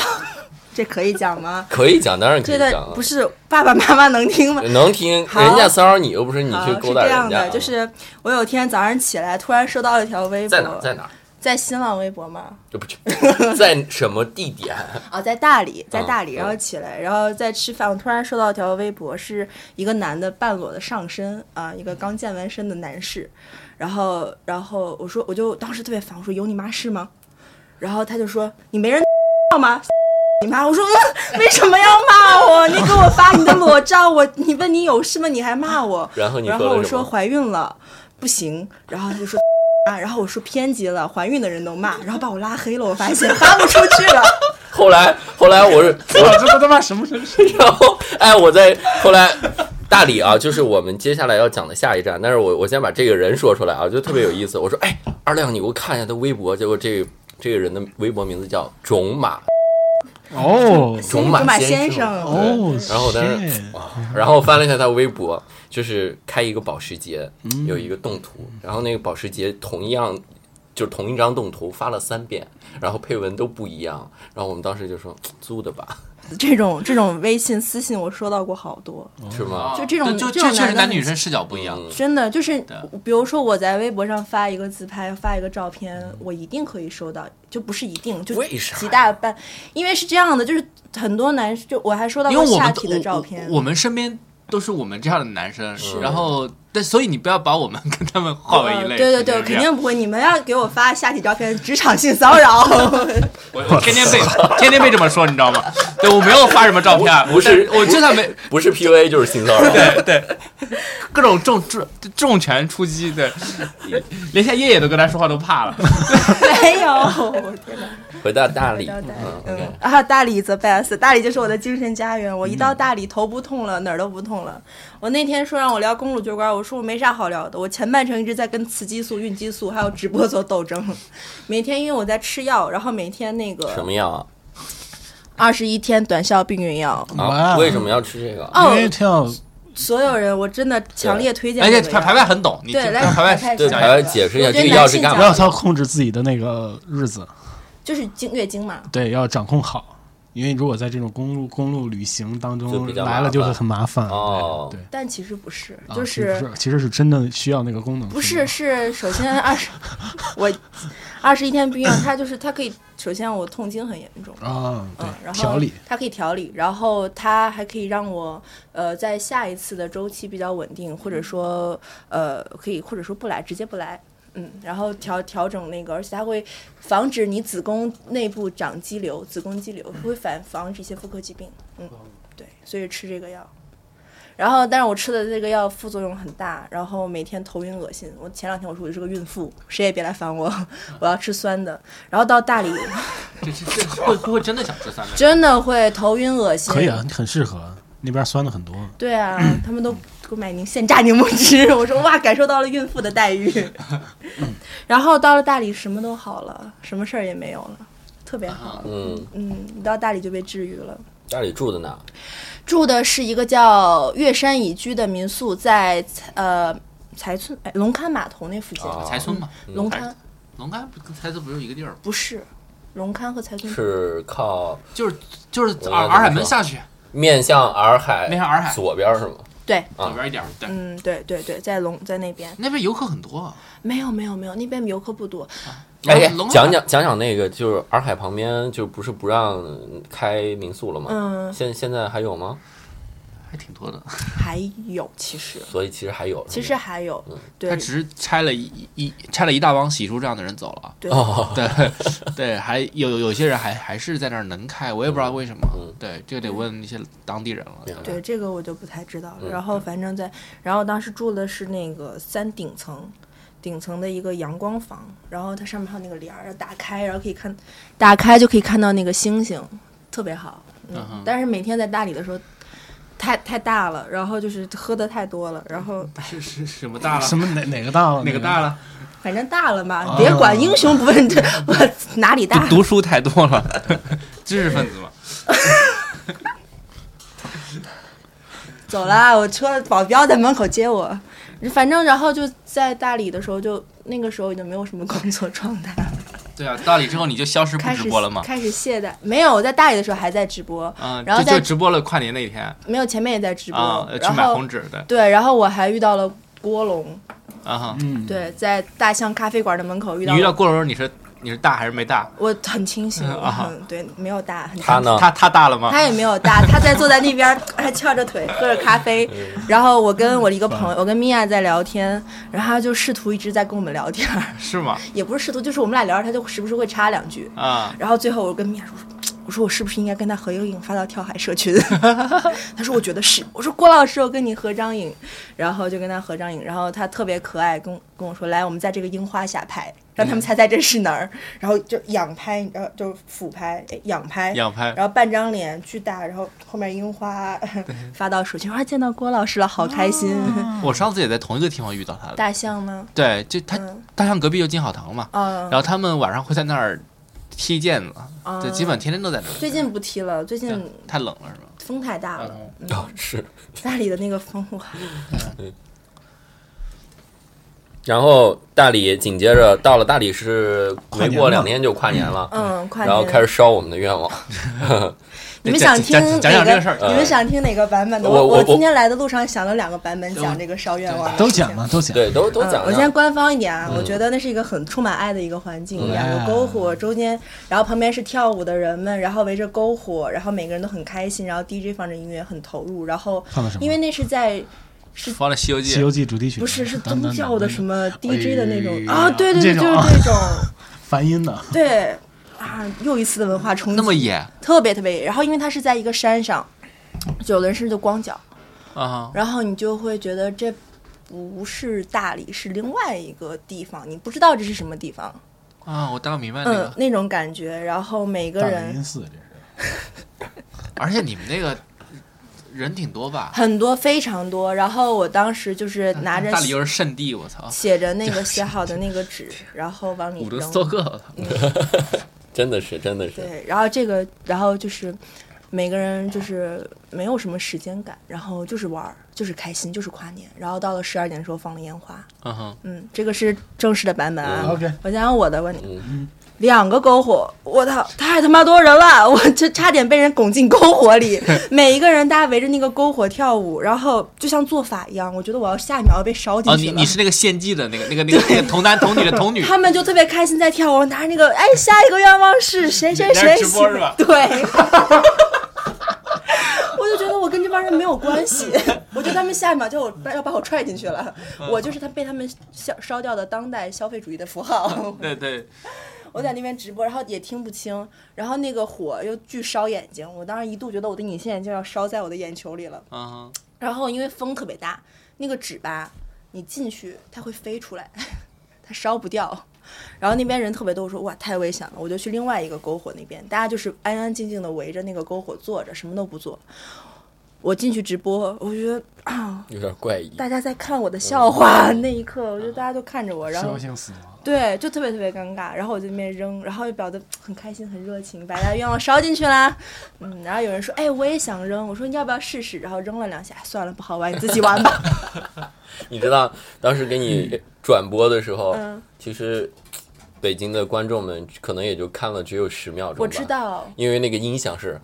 Speaker 4: 这可以讲吗？
Speaker 2: 可以讲，啊当然可以
Speaker 4: 这
Speaker 2: 讲
Speaker 4: 个
Speaker 2: 啊
Speaker 4: 不，是爸爸妈妈能听吗？
Speaker 2: 能听
Speaker 4: 好
Speaker 2: 人家骚扰你，又不是你
Speaker 4: 好，
Speaker 2: 去
Speaker 4: 是
Speaker 2: 勾搭
Speaker 4: 这样
Speaker 2: 人家
Speaker 4: 的，
Speaker 2: 啊，
Speaker 4: 就是我有天早上起来，突然收到一条微博，
Speaker 2: 在哪儿在哪儿，
Speaker 4: 在新浪微博嘛，
Speaker 2: 就不在什么地点？
Speaker 4: 啊，在大理，在大理，
Speaker 2: 嗯
Speaker 4: 然后起来，然后在吃饭，我突然收到一条微博，是一个男的半裸的上身啊，一个刚健完身的男士，然后，然后我说，我就当时特别烦，我说有你妈事吗？然后他就说你没人要吗？你妈！我说、嗯、为什么要骂我？你给我发你的裸照，我你问你有事吗？你还骂我？
Speaker 2: 然后你
Speaker 4: 然
Speaker 2: 说
Speaker 4: 后我
Speaker 2: 了什
Speaker 4: 说
Speaker 2: 么？
Speaker 4: 怀孕了，不行。然后他就 说啊，然后我说偏激了，怀孕的人都骂，然后把我拉黑了。我发现发不出去 了。
Speaker 2: 后来后来我 是
Speaker 1: 我这他妈什么什么？
Speaker 2: 然后，哎，我在后来大理啊，就是我们接下来要讲的下一站。但是我我先把这个人说出来啊，就特别有意思。我说，哎，二亮，你给我看一下他微博。结果这个这个人的微博名字叫种马
Speaker 1: 哦
Speaker 2: 种
Speaker 4: 种
Speaker 2: 马
Speaker 4: 马先
Speaker 2: 生。
Speaker 4: 生
Speaker 1: 哦
Speaker 2: 对，然后我当时，
Speaker 1: shit
Speaker 2: 哇然后我翻了一下他微博，就是开一个保时捷，有一个动图，然后那个保时捷同样。就是同一张动图发了三遍，然后配文都不一样，然后我们当时就说租的吧，
Speaker 4: 这种这种微信私信我收到过好多，
Speaker 3: 嗯
Speaker 2: 是吗？
Speaker 4: 就这种
Speaker 3: 就
Speaker 4: 这
Speaker 3: 就
Speaker 4: 种
Speaker 3: 确实
Speaker 4: 男的
Speaker 3: 男
Speaker 4: 很
Speaker 3: 女生视角不一样。
Speaker 2: 嗯
Speaker 4: 真的就是，比如说我在微博上发一个自拍，发一个照片，
Speaker 3: 嗯
Speaker 4: 我一定可以收到，就不是一定，就
Speaker 2: 为啥
Speaker 4: 极大半，因为是这样的，就是很多男就我还收到
Speaker 3: 因为
Speaker 4: 过
Speaker 3: 我
Speaker 4: 下
Speaker 3: 们
Speaker 4: 体的照片
Speaker 3: 我，我，我们身边都是我们这样的男生，然后但所以你不要把我们跟他们划为一
Speaker 4: 嗯
Speaker 3: 类。
Speaker 4: 对对对，
Speaker 3: 就是
Speaker 4: 肯
Speaker 3: 这样。
Speaker 4: 定不会，你们要给我发下体照片，职场性骚 扰，
Speaker 3: 我我天天被天天被这么说，你知道吗？对我没有发什么照片，啊
Speaker 2: 不是
Speaker 3: 我就算没
Speaker 2: 不是 PUA 就是性 骚扰。
Speaker 3: 各种重重重拳出击，对， 连下夜夜都跟他说话都怕 了。
Speaker 4: 没有，我天哪。
Speaker 2: 回到大理，
Speaker 4: 回到大理
Speaker 2: 嗯，OK
Speaker 4: 嗯，啊，大理 the best，大理就是我的精神家园。我一到大理，头不痛了，哪儿都不痛了。我那天说让我聊宫鲁酒馆，我说我没啥好聊的。我前半程一直在跟雌激素、孕激素还有直播做斗争，每天因为我在吃药，然后每天那
Speaker 2: 什
Speaker 4: 个
Speaker 2: 么样啊？
Speaker 4: 二十一天短效避孕药。
Speaker 1: 哇哦
Speaker 2: 啊，为什么要吃这个？
Speaker 4: 哦
Speaker 1: 因，为挺有
Speaker 4: 所有人，我真的强烈推荐
Speaker 3: 而
Speaker 4: 哎这个
Speaker 3: 且
Speaker 4: 药。
Speaker 3: 哎排排排很懂，你
Speaker 4: 对
Speaker 3: 就
Speaker 4: 来
Speaker 3: 让排排
Speaker 4: 排排
Speaker 2: 对，
Speaker 4: 讲
Speaker 2: 还要解释一下
Speaker 4: 我觉
Speaker 2: 这
Speaker 4: 得
Speaker 2: 个药
Speaker 4: 男
Speaker 2: 是
Speaker 4: 性
Speaker 2: 干
Speaker 1: 不要
Speaker 2: 嘛
Speaker 4: 讲？
Speaker 1: 操控制自己的那个日子，
Speaker 4: 就是经月经嘛。
Speaker 1: 对，要掌控好。因为如果在这种公路公路旅行当
Speaker 2: 就
Speaker 1: 中
Speaker 2: 比较麻
Speaker 1: 来
Speaker 2: 烦
Speaker 1: 了，就会很麻烦。
Speaker 2: 哦
Speaker 1: 嗯对，
Speaker 4: 但其实不是，
Speaker 1: 啊
Speaker 4: 就
Speaker 1: 其实不是其实是真的需要那个功能。
Speaker 4: 不是，是首先二十，我二十一天避孕，它就是它可以，首先我痛经很严重，
Speaker 1: 啊，
Speaker 4: 嗯，
Speaker 1: 对，
Speaker 4: 然
Speaker 1: 调
Speaker 4: 后
Speaker 1: 理。
Speaker 4: 它可以调理，然后它还可以让我呃在下一次的周期比较稳定，或者说呃可以或者说不来，直接不来。嗯，然后调调整那个，而且它会防止你子宫内部长肌瘤、子宫肌
Speaker 1: 嗯
Speaker 4: 瘤，会反防止一些妇科疾病。嗯，对，所以吃这个药。然后，但是我吃的这个药副作用很大，然后每天头晕恶心。我前两天我说我是个孕妇，谁也别来烦我，我要吃酸的。然后到大理
Speaker 3: 这这这会不会真的想吃三个？
Speaker 4: 真的会头晕恶心，
Speaker 1: 可以啊，很适合。那边酸的很多，
Speaker 4: 对啊，他们都给我买柠现榨柠檬汁， 我说哇，感受到了孕妇的待遇。 然后到了大理，什么都好了，什么事儿也没有了，特别好。
Speaker 2: 嗯，
Speaker 4: 嗯，你到大理就被治愈了。
Speaker 2: 家里住的哪？
Speaker 4: 住的是一个叫月山蚁居的民宿，在呃才村哎龙龛码头那附近。
Speaker 2: 啊
Speaker 3: 才村嘛，
Speaker 4: 龙
Speaker 3: 才
Speaker 4: 龛
Speaker 3: 龙岗不跟才村不是一个地儿吗？
Speaker 4: 不是，龙龛和才村
Speaker 2: 是靠
Speaker 3: 就是就是
Speaker 2: 我我
Speaker 3: 洱
Speaker 2: 怎么
Speaker 3: 洱海门
Speaker 2: 说
Speaker 3: 下去，
Speaker 2: 面向洱海，
Speaker 3: 面向洱海
Speaker 2: 左边是吗？
Speaker 4: 对，
Speaker 2: 啊
Speaker 3: 左边一点儿，对，
Speaker 4: 嗯，对对对，在龙在那边
Speaker 3: 那边游客很多啊。
Speaker 4: 没有没有没有，那边游客不多，
Speaker 2: 哎呀
Speaker 3: 哦龙，
Speaker 2: 讲讲讲讲那个，就是洱海旁边就不是不让开民宿了吗？
Speaker 4: 嗯
Speaker 2: 现现在还有吗？
Speaker 3: 还挺多的，
Speaker 4: 还有其实
Speaker 2: 所以其实还有，
Speaker 4: 其实还有，对
Speaker 3: 嗯他只是拆了一一拆了一大帮洗漱这样的人走了。
Speaker 4: 对
Speaker 2: 哦，
Speaker 3: 对对，还有有些人还还是在那儿能开，我也不知道为什么。
Speaker 2: 嗯
Speaker 3: 对，这个得问一些当地人了。
Speaker 2: 明白
Speaker 4: 对这个我就不太知道了。
Speaker 3: 嗯
Speaker 4: 然后反正在，然后当时住的是那个三顶层，顶层的一个阳光房，然后它上面还有那个帘儿，打开然后可以看，打开就可以看到那个星星，特别好。嗯，
Speaker 3: 嗯哼
Speaker 4: 但是每天在大理的时候。太太大了，然后就是喝的太多了，然 后
Speaker 3: 是是什么大
Speaker 1: 什么哪哪个大了？
Speaker 3: 啊 哪个大？了？
Speaker 4: 反正大了嘛，别管英雄不问这 我哪里大，
Speaker 3: 读书太哎多了， 知识分子嘛。
Speaker 4: 走啦，我车保镖在门口接我。反正然后就在大理的时候就，那个时候已经没有什么工作状 态了，
Speaker 3: 对啊，到理之后你就消失不
Speaker 4: 开始
Speaker 3: 直播了嘛？
Speaker 4: 开始懈怠，没有，我在大理的时候还在直播，
Speaker 3: 嗯，
Speaker 4: 然后
Speaker 3: 就
Speaker 4: 在
Speaker 3: 就直播了跨年那一天
Speaker 4: 没有前面也在直播，
Speaker 3: 啊，去
Speaker 4: 然
Speaker 3: 买
Speaker 4: 后
Speaker 3: 红纸对
Speaker 4: 对，然后我还遇到了郭龙，
Speaker 3: 啊哈。
Speaker 1: 嗯，
Speaker 4: 对，在大象咖啡馆的门口遇
Speaker 3: 你
Speaker 4: 到
Speaker 3: 遇到
Speaker 4: 了，
Speaker 3: 过的时候你是你是大还是没大？
Speaker 4: 我很清醒，
Speaker 3: 嗯
Speaker 4: 我
Speaker 3: 啊哈
Speaker 4: 很对，没有大，很清
Speaker 2: 他
Speaker 4: 醒。
Speaker 2: 呢？
Speaker 3: 他他大了吗？
Speaker 4: 他也没有大，他在坐在那边儿还翘着腿喝着咖 啡，
Speaker 3: 嗯
Speaker 4: 然后我跟我一个朋友，我跟米娅在聊天，然后他就试图一直在跟我们聊天儿，
Speaker 3: 是吗？
Speaker 4: 也不是试图，就是我们俩聊着，他就时不时会插两句，
Speaker 3: 啊，
Speaker 4: 然后最后我跟米娅说。我说我是不是应该跟他合个影发到跳海社群？ 他说我觉得是。我说郭老师，我跟你合张影，然后就跟他合张影。然后他特别可爱，跟我跟我说来，我们在这个樱花下拍，让他们猜猜这是哪儿。然后就仰拍，然后就俯拍，哎仰拍，
Speaker 3: 仰拍
Speaker 4: 然后半张脸巨大，然后后面樱花 发到手群，哇，见到郭老师了，好开心。
Speaker 3: 我上次也在同一个地方遇到他的。
Speaker 4: 大象呢？
Speaker 3: 对，就啊他
Speaker 4: 嗯
Speaker 3: 大象隔壁就金好堂嘛，
Speaker 4: 嗯
Speaker 3: 然，后他们晚上会在那儿踢毽子，
Speaker 4: 啊
Speaker 3: 对，基本天天都在那儿。
Speaker 4: 最近不踢了，最近
Speaker 3: 太冷了是吧？
Speaker 4: 风太大了，
Speaker 2: 哦，是。
Speaker 4: 大理的那个风哇。
Speaker 2: 嗯然后大理紧接着到了大理是没
Speaker 1: 年了
Speaker 2: 过两天就跨年了，
Speaker 4: 嗯，快
Speaker 2: 然后
Speaker 4: 点
Speaker 2: 开始烧我们的愿望。
Speaker 4: 你们
Speaker 3: 讲
Speaker 4: 想听
Speaker 3: 讲
Speaker 4: 哪
Speaker 3: 讲讲这个事儿嗯
Speaker 4: 你们想听哪个版本的？
Speaker 2: 我我
Speaker 4: 我
Speaker 2: 我
Speaker 4: 今天来的路上想了两个版本，讲这个烧愿望的
Speaker 1: 都
Speaker 4: 事情
Speaker 1: 讲。了，都讲。
Speaker 2: 对，都都讲嗯
Speaker 4: 嗯，我
Speaker 2: 了
Speaker 4: 先官方一点啊，我觉得那是一个很充满爱的一个环
Speaker 2: 嗯
Speaker 4: 境，两个篝火中间，然后旁边是跳舞的人们，然后围着篝火，然后每个人都很开心，然后 DJ 放着音乐很投入，然后
Speaker 1: 放的什么
Speaker 4: 因为那是在
Speaker 3: 放了《西游
Speaker 1: 《
Speaker 3: 记
Speaker 1: 西》游记》主题曲
Speaker 4: 不是是
Speaker 1: 等
Speaker 4: 宗
Speaker 1: 等等
Speaker 4: 教的
Speaker 1: 等
Speaker 4: 什么 DJ 的那种
Speaker 3: 哎呀
Speaker 4: 啊，对对对，
Speaker 1: 这
Speaker 4: 就
Speaker 1: 种
Speaker 4: 是
Speaker 1: 啊
Speaker 4: 这种，
Speaker 1: 梵音的，
Speaker 4: 对啊，又一次的文化冲击，
Speaker 3: 那么野啊
Speaker 4: 特别特别野。然后因为它是在一个山上，有的人甚至就光脚。嗯
Speaker 3: 哈，
Speaker 4: 然后你就会觉得这不是大理，是另外一个地方，你不知道这是什么地方，
Speaker 3: 啊！我大概明白那
Speaker 4: 嗯
Speaker 3: 个，，
Speaker 4: 那种感觉。然后每个
Speaker 1: 大理
Speaker 4: 人
Speaker 1: 音寺这是
Speaker 3: 而且你们那个人挺多吧？
Speaker 4: 很多非常多，然后我当时就是拿着
Speaker 3: 大理又是圣地，我操！
Speaker 4: 写着那 个写好的那个纸，然后往里
Speaker 3: 五顿
Speaker 4: 扔
Speaker 3: 斯，托克，我操
Speaker 2: 真的是真的是。
Speaker 4: 对，然后这个，然后就是。每个人就是没有什么时间感，然后就是玩儿，就是开心，就是跨年。然后到了十二点的时候放了烟花，
Speaker 3: 嗯哼，
Speaker 4: 嗯，这个是正式的版本啊。
Speaker 2: 嗯
Speaker 1: OK
Speaker 4: 我讲讲我的，问你，
Speaker 2: 嗯
Speaker 4: 两个篝火，我操，太他妈多人了， 我这差点被人拱进篝火 里。每一个人大家围着那个篝火跳舞，然后就像做法一样，我觉得我要下一秒要被烧进
Speaker 3: 哦，
Speaker 4: 去
Speaker 3: 你
Speaker 4: 了。
Speaker 3: 你是那个献祭的那个那个那个那个童男童女的童女，
Speaker 4: 他们就特别开心在跳舞，拿着那个哎，下一个愿望 是谁谁谁
Speaker 3: 你那是直播是吧
Speaker 4: 对， 我就觉得我跟这帮人没有关系，我觉得他们下一秒就我要把我踹进去了，
Speaker 3: 嗯
Speaker 4: 我就是他被他们消烧掉的当代消费主义的符号。
Speaker 3: 对对，
Speaker 4: 我在那边直播，然后也听不清，然后那个火又巨烧眼睛，我当时一度觉得我的隐形眼镜要烧在我的眼球里了。
Speaker 3: 嗯哼，
Speaker 4: 然后因为风特别大，那个纸吧，你进去它会飞出来， 它烧不掉。然后那边人特别多，我说哇太危险了，我就去另外一个篝火那边，大家就是安安静静的围着那个篝火坐着，什么都不做。我进去直播，我觉得啊，
Speaker 2: 有点怪异。
Speaker 4: 大家在看我的笑话， 那一刻，我觉得大家都看着我，然
Speaker 1: 社
Speaker 4: 后
Speaker 1: 会性死亡。
Speaker 4: 对，就特别特别尴尬。然后我就那边扔，然后就表得很开心、很热情，把他愿望烧进去啦。嗯，然后有人说：“哎，我也想扔。”我说：“你要不要试试？”然后扔了两下，哎算了，不好玩，你自己玩吧。
Speaker 2: 你知道当时给你转播的时候，
Speaker 4: 嗯
Speaker 2: 其实北京的观众们可能也就看了只有十秒钟吧。
Speaker 4: 我知道，
Speaker 2: 因为那个音响是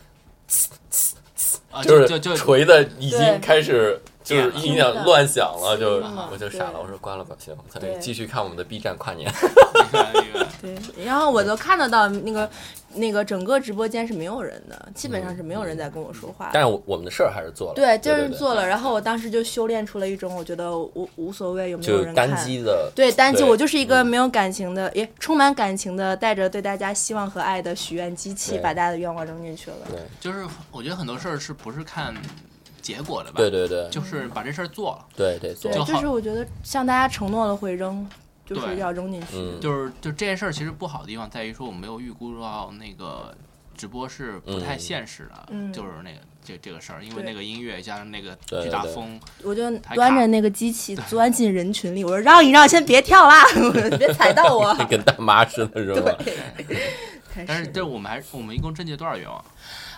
Speaker 3: 啊，
Speaker 2: 就
Speaker 3: 就是就
Speaker 2: 锤的已经开始就
Speaker 3: 对
Speaker 2: 是音响乱响
Speaker 4: 嗯
Speaker 2: 了，就
Speaker 5: 听了
Speaker 2: 我就傻了，我说关了吧，行，咱
Speaker 4: 对
Speaker 2: 继续看我们的 B 站跨年。
Speaker 3: 明白明白
Speaker 4: 对，然后我都看得到那个那个整个直播间是没有人的，基本上
Speaker 2: 嗯
Speaker 4: 是没有人在跟我说话。
Speaker 2: 但是我我们的事儿还是做了，
Speaker 4: 对，就
Speaker 2: 对
Speaker 4: 是
Speaker 2: 对
Speaker 4: 做了，然后我当时就修炼出了一种，我觉得无无所谓有没有
Speaker 2: 就
Speaker 4: 人看
Speaker 2: 单。机的，
Speaker 4: 对单机，
Speaker 2: 对嗯
Speaker 4: 我就是一个没有感情的，也充满感情的，带着对大家希望和爱的许愿机器，
Speaker 2: 对
Speaker 4: 把大家的愿望扔进去了。
Speaker 3: 就是我觉得很多事儿是不是看结果的吧？
Speaker 2: 对对对，
Speaker 3: 就是把这事儿做了，
Speaker 2: 对对做
Speaker 4: 对，
Speaker 3: 就
Speaker 4: 就
Speaker 3: 好
Speaker 4: 是我觉得向大家承诺了会扔，就
Speaker 3: 对
Speaker 4: 是要扔进去。
Speaker 2: 嗯，
Speaker 3: 就是就这件事儿其实不好的地方在于说我没有预估到那个直播是不太
Speaker 2: 嗯
Speaker 3: 现实的，
Speaker 4: 嗯
Speaker 3: 就是那个这这个事儿，因
Speaker 4: 对
Speaker 3: 为那个音乐加上那个
Speaker 2: 对
Speaker 3: 巨大
Speaker 2: 对
Speaker 3: 风，
Speaker 4: 我就
Speaker 3: 太
Speaker 4: 端
Speaker 3: 卡
Speaker 4: 着那个机器钻进人群里，我说让一让，先别跳啦， 别踩到 我。
Speaker 2: 跟大妈似的，是吧？
Speaker 4: 对，但
Speaker 3: 但是这我们还我们一共甄结多少愿望？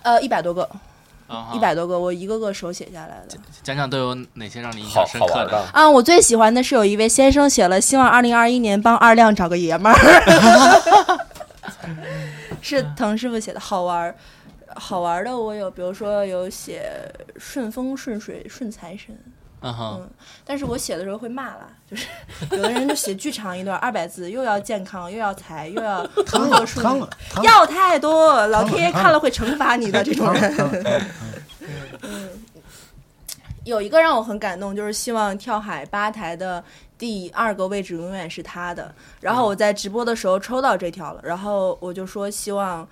Speaker 4: 呃，一百多个，
Speaker 3: 啊
Speaker 4: 一百多个，我一个个手写下来的。
Speaker 3: 讲讲都有哪些让你印
Speaker 2: 好
Speaker 3: 象深
Speaker 2: 好
Speaker 3: 刻
Speaker 2: 玩
Speaker 3: 的？
Speaker 2: 的，
Speaker 4: 啊，我最喜欢的是有一位先生写了，希望二零二一年帮二亮找个爷们儿， 是滕师傅写的，好玩儿。好玩儿的我有，比如说有写顺风顺水顺财神，
Speaker 3: 嗯哼，
Speaker 4: 嗯，但是我写的时候会骂啦，就是有的人就写巨长一段，二百字，又要健康，又要财，又要
Speaker 1: 贪
Speaker 4: 工
Speaker 1: 了
Speaker 4: 作顺
Speaker 1: 贪
Speaker 4: 利
Speaker 1: 了，贪了，
Speaker 4: 要太多，老
Speaker 1: 贪了
Speaker 4: 天爷
Speaker 1: 贪
Speaker 4: 看
Speaker 1: 了
Speaker 4: 了会惩罚你的这种
Speaker 1: 贪了
Speaker 4: 人。
Speaker 1: 贪了。
Speaker 4: 嗯有一个让我很感动，就是希望跳海吧台的第二个位置永远是他的。然后我在直播的时候抽到这条了，然后我就说希望。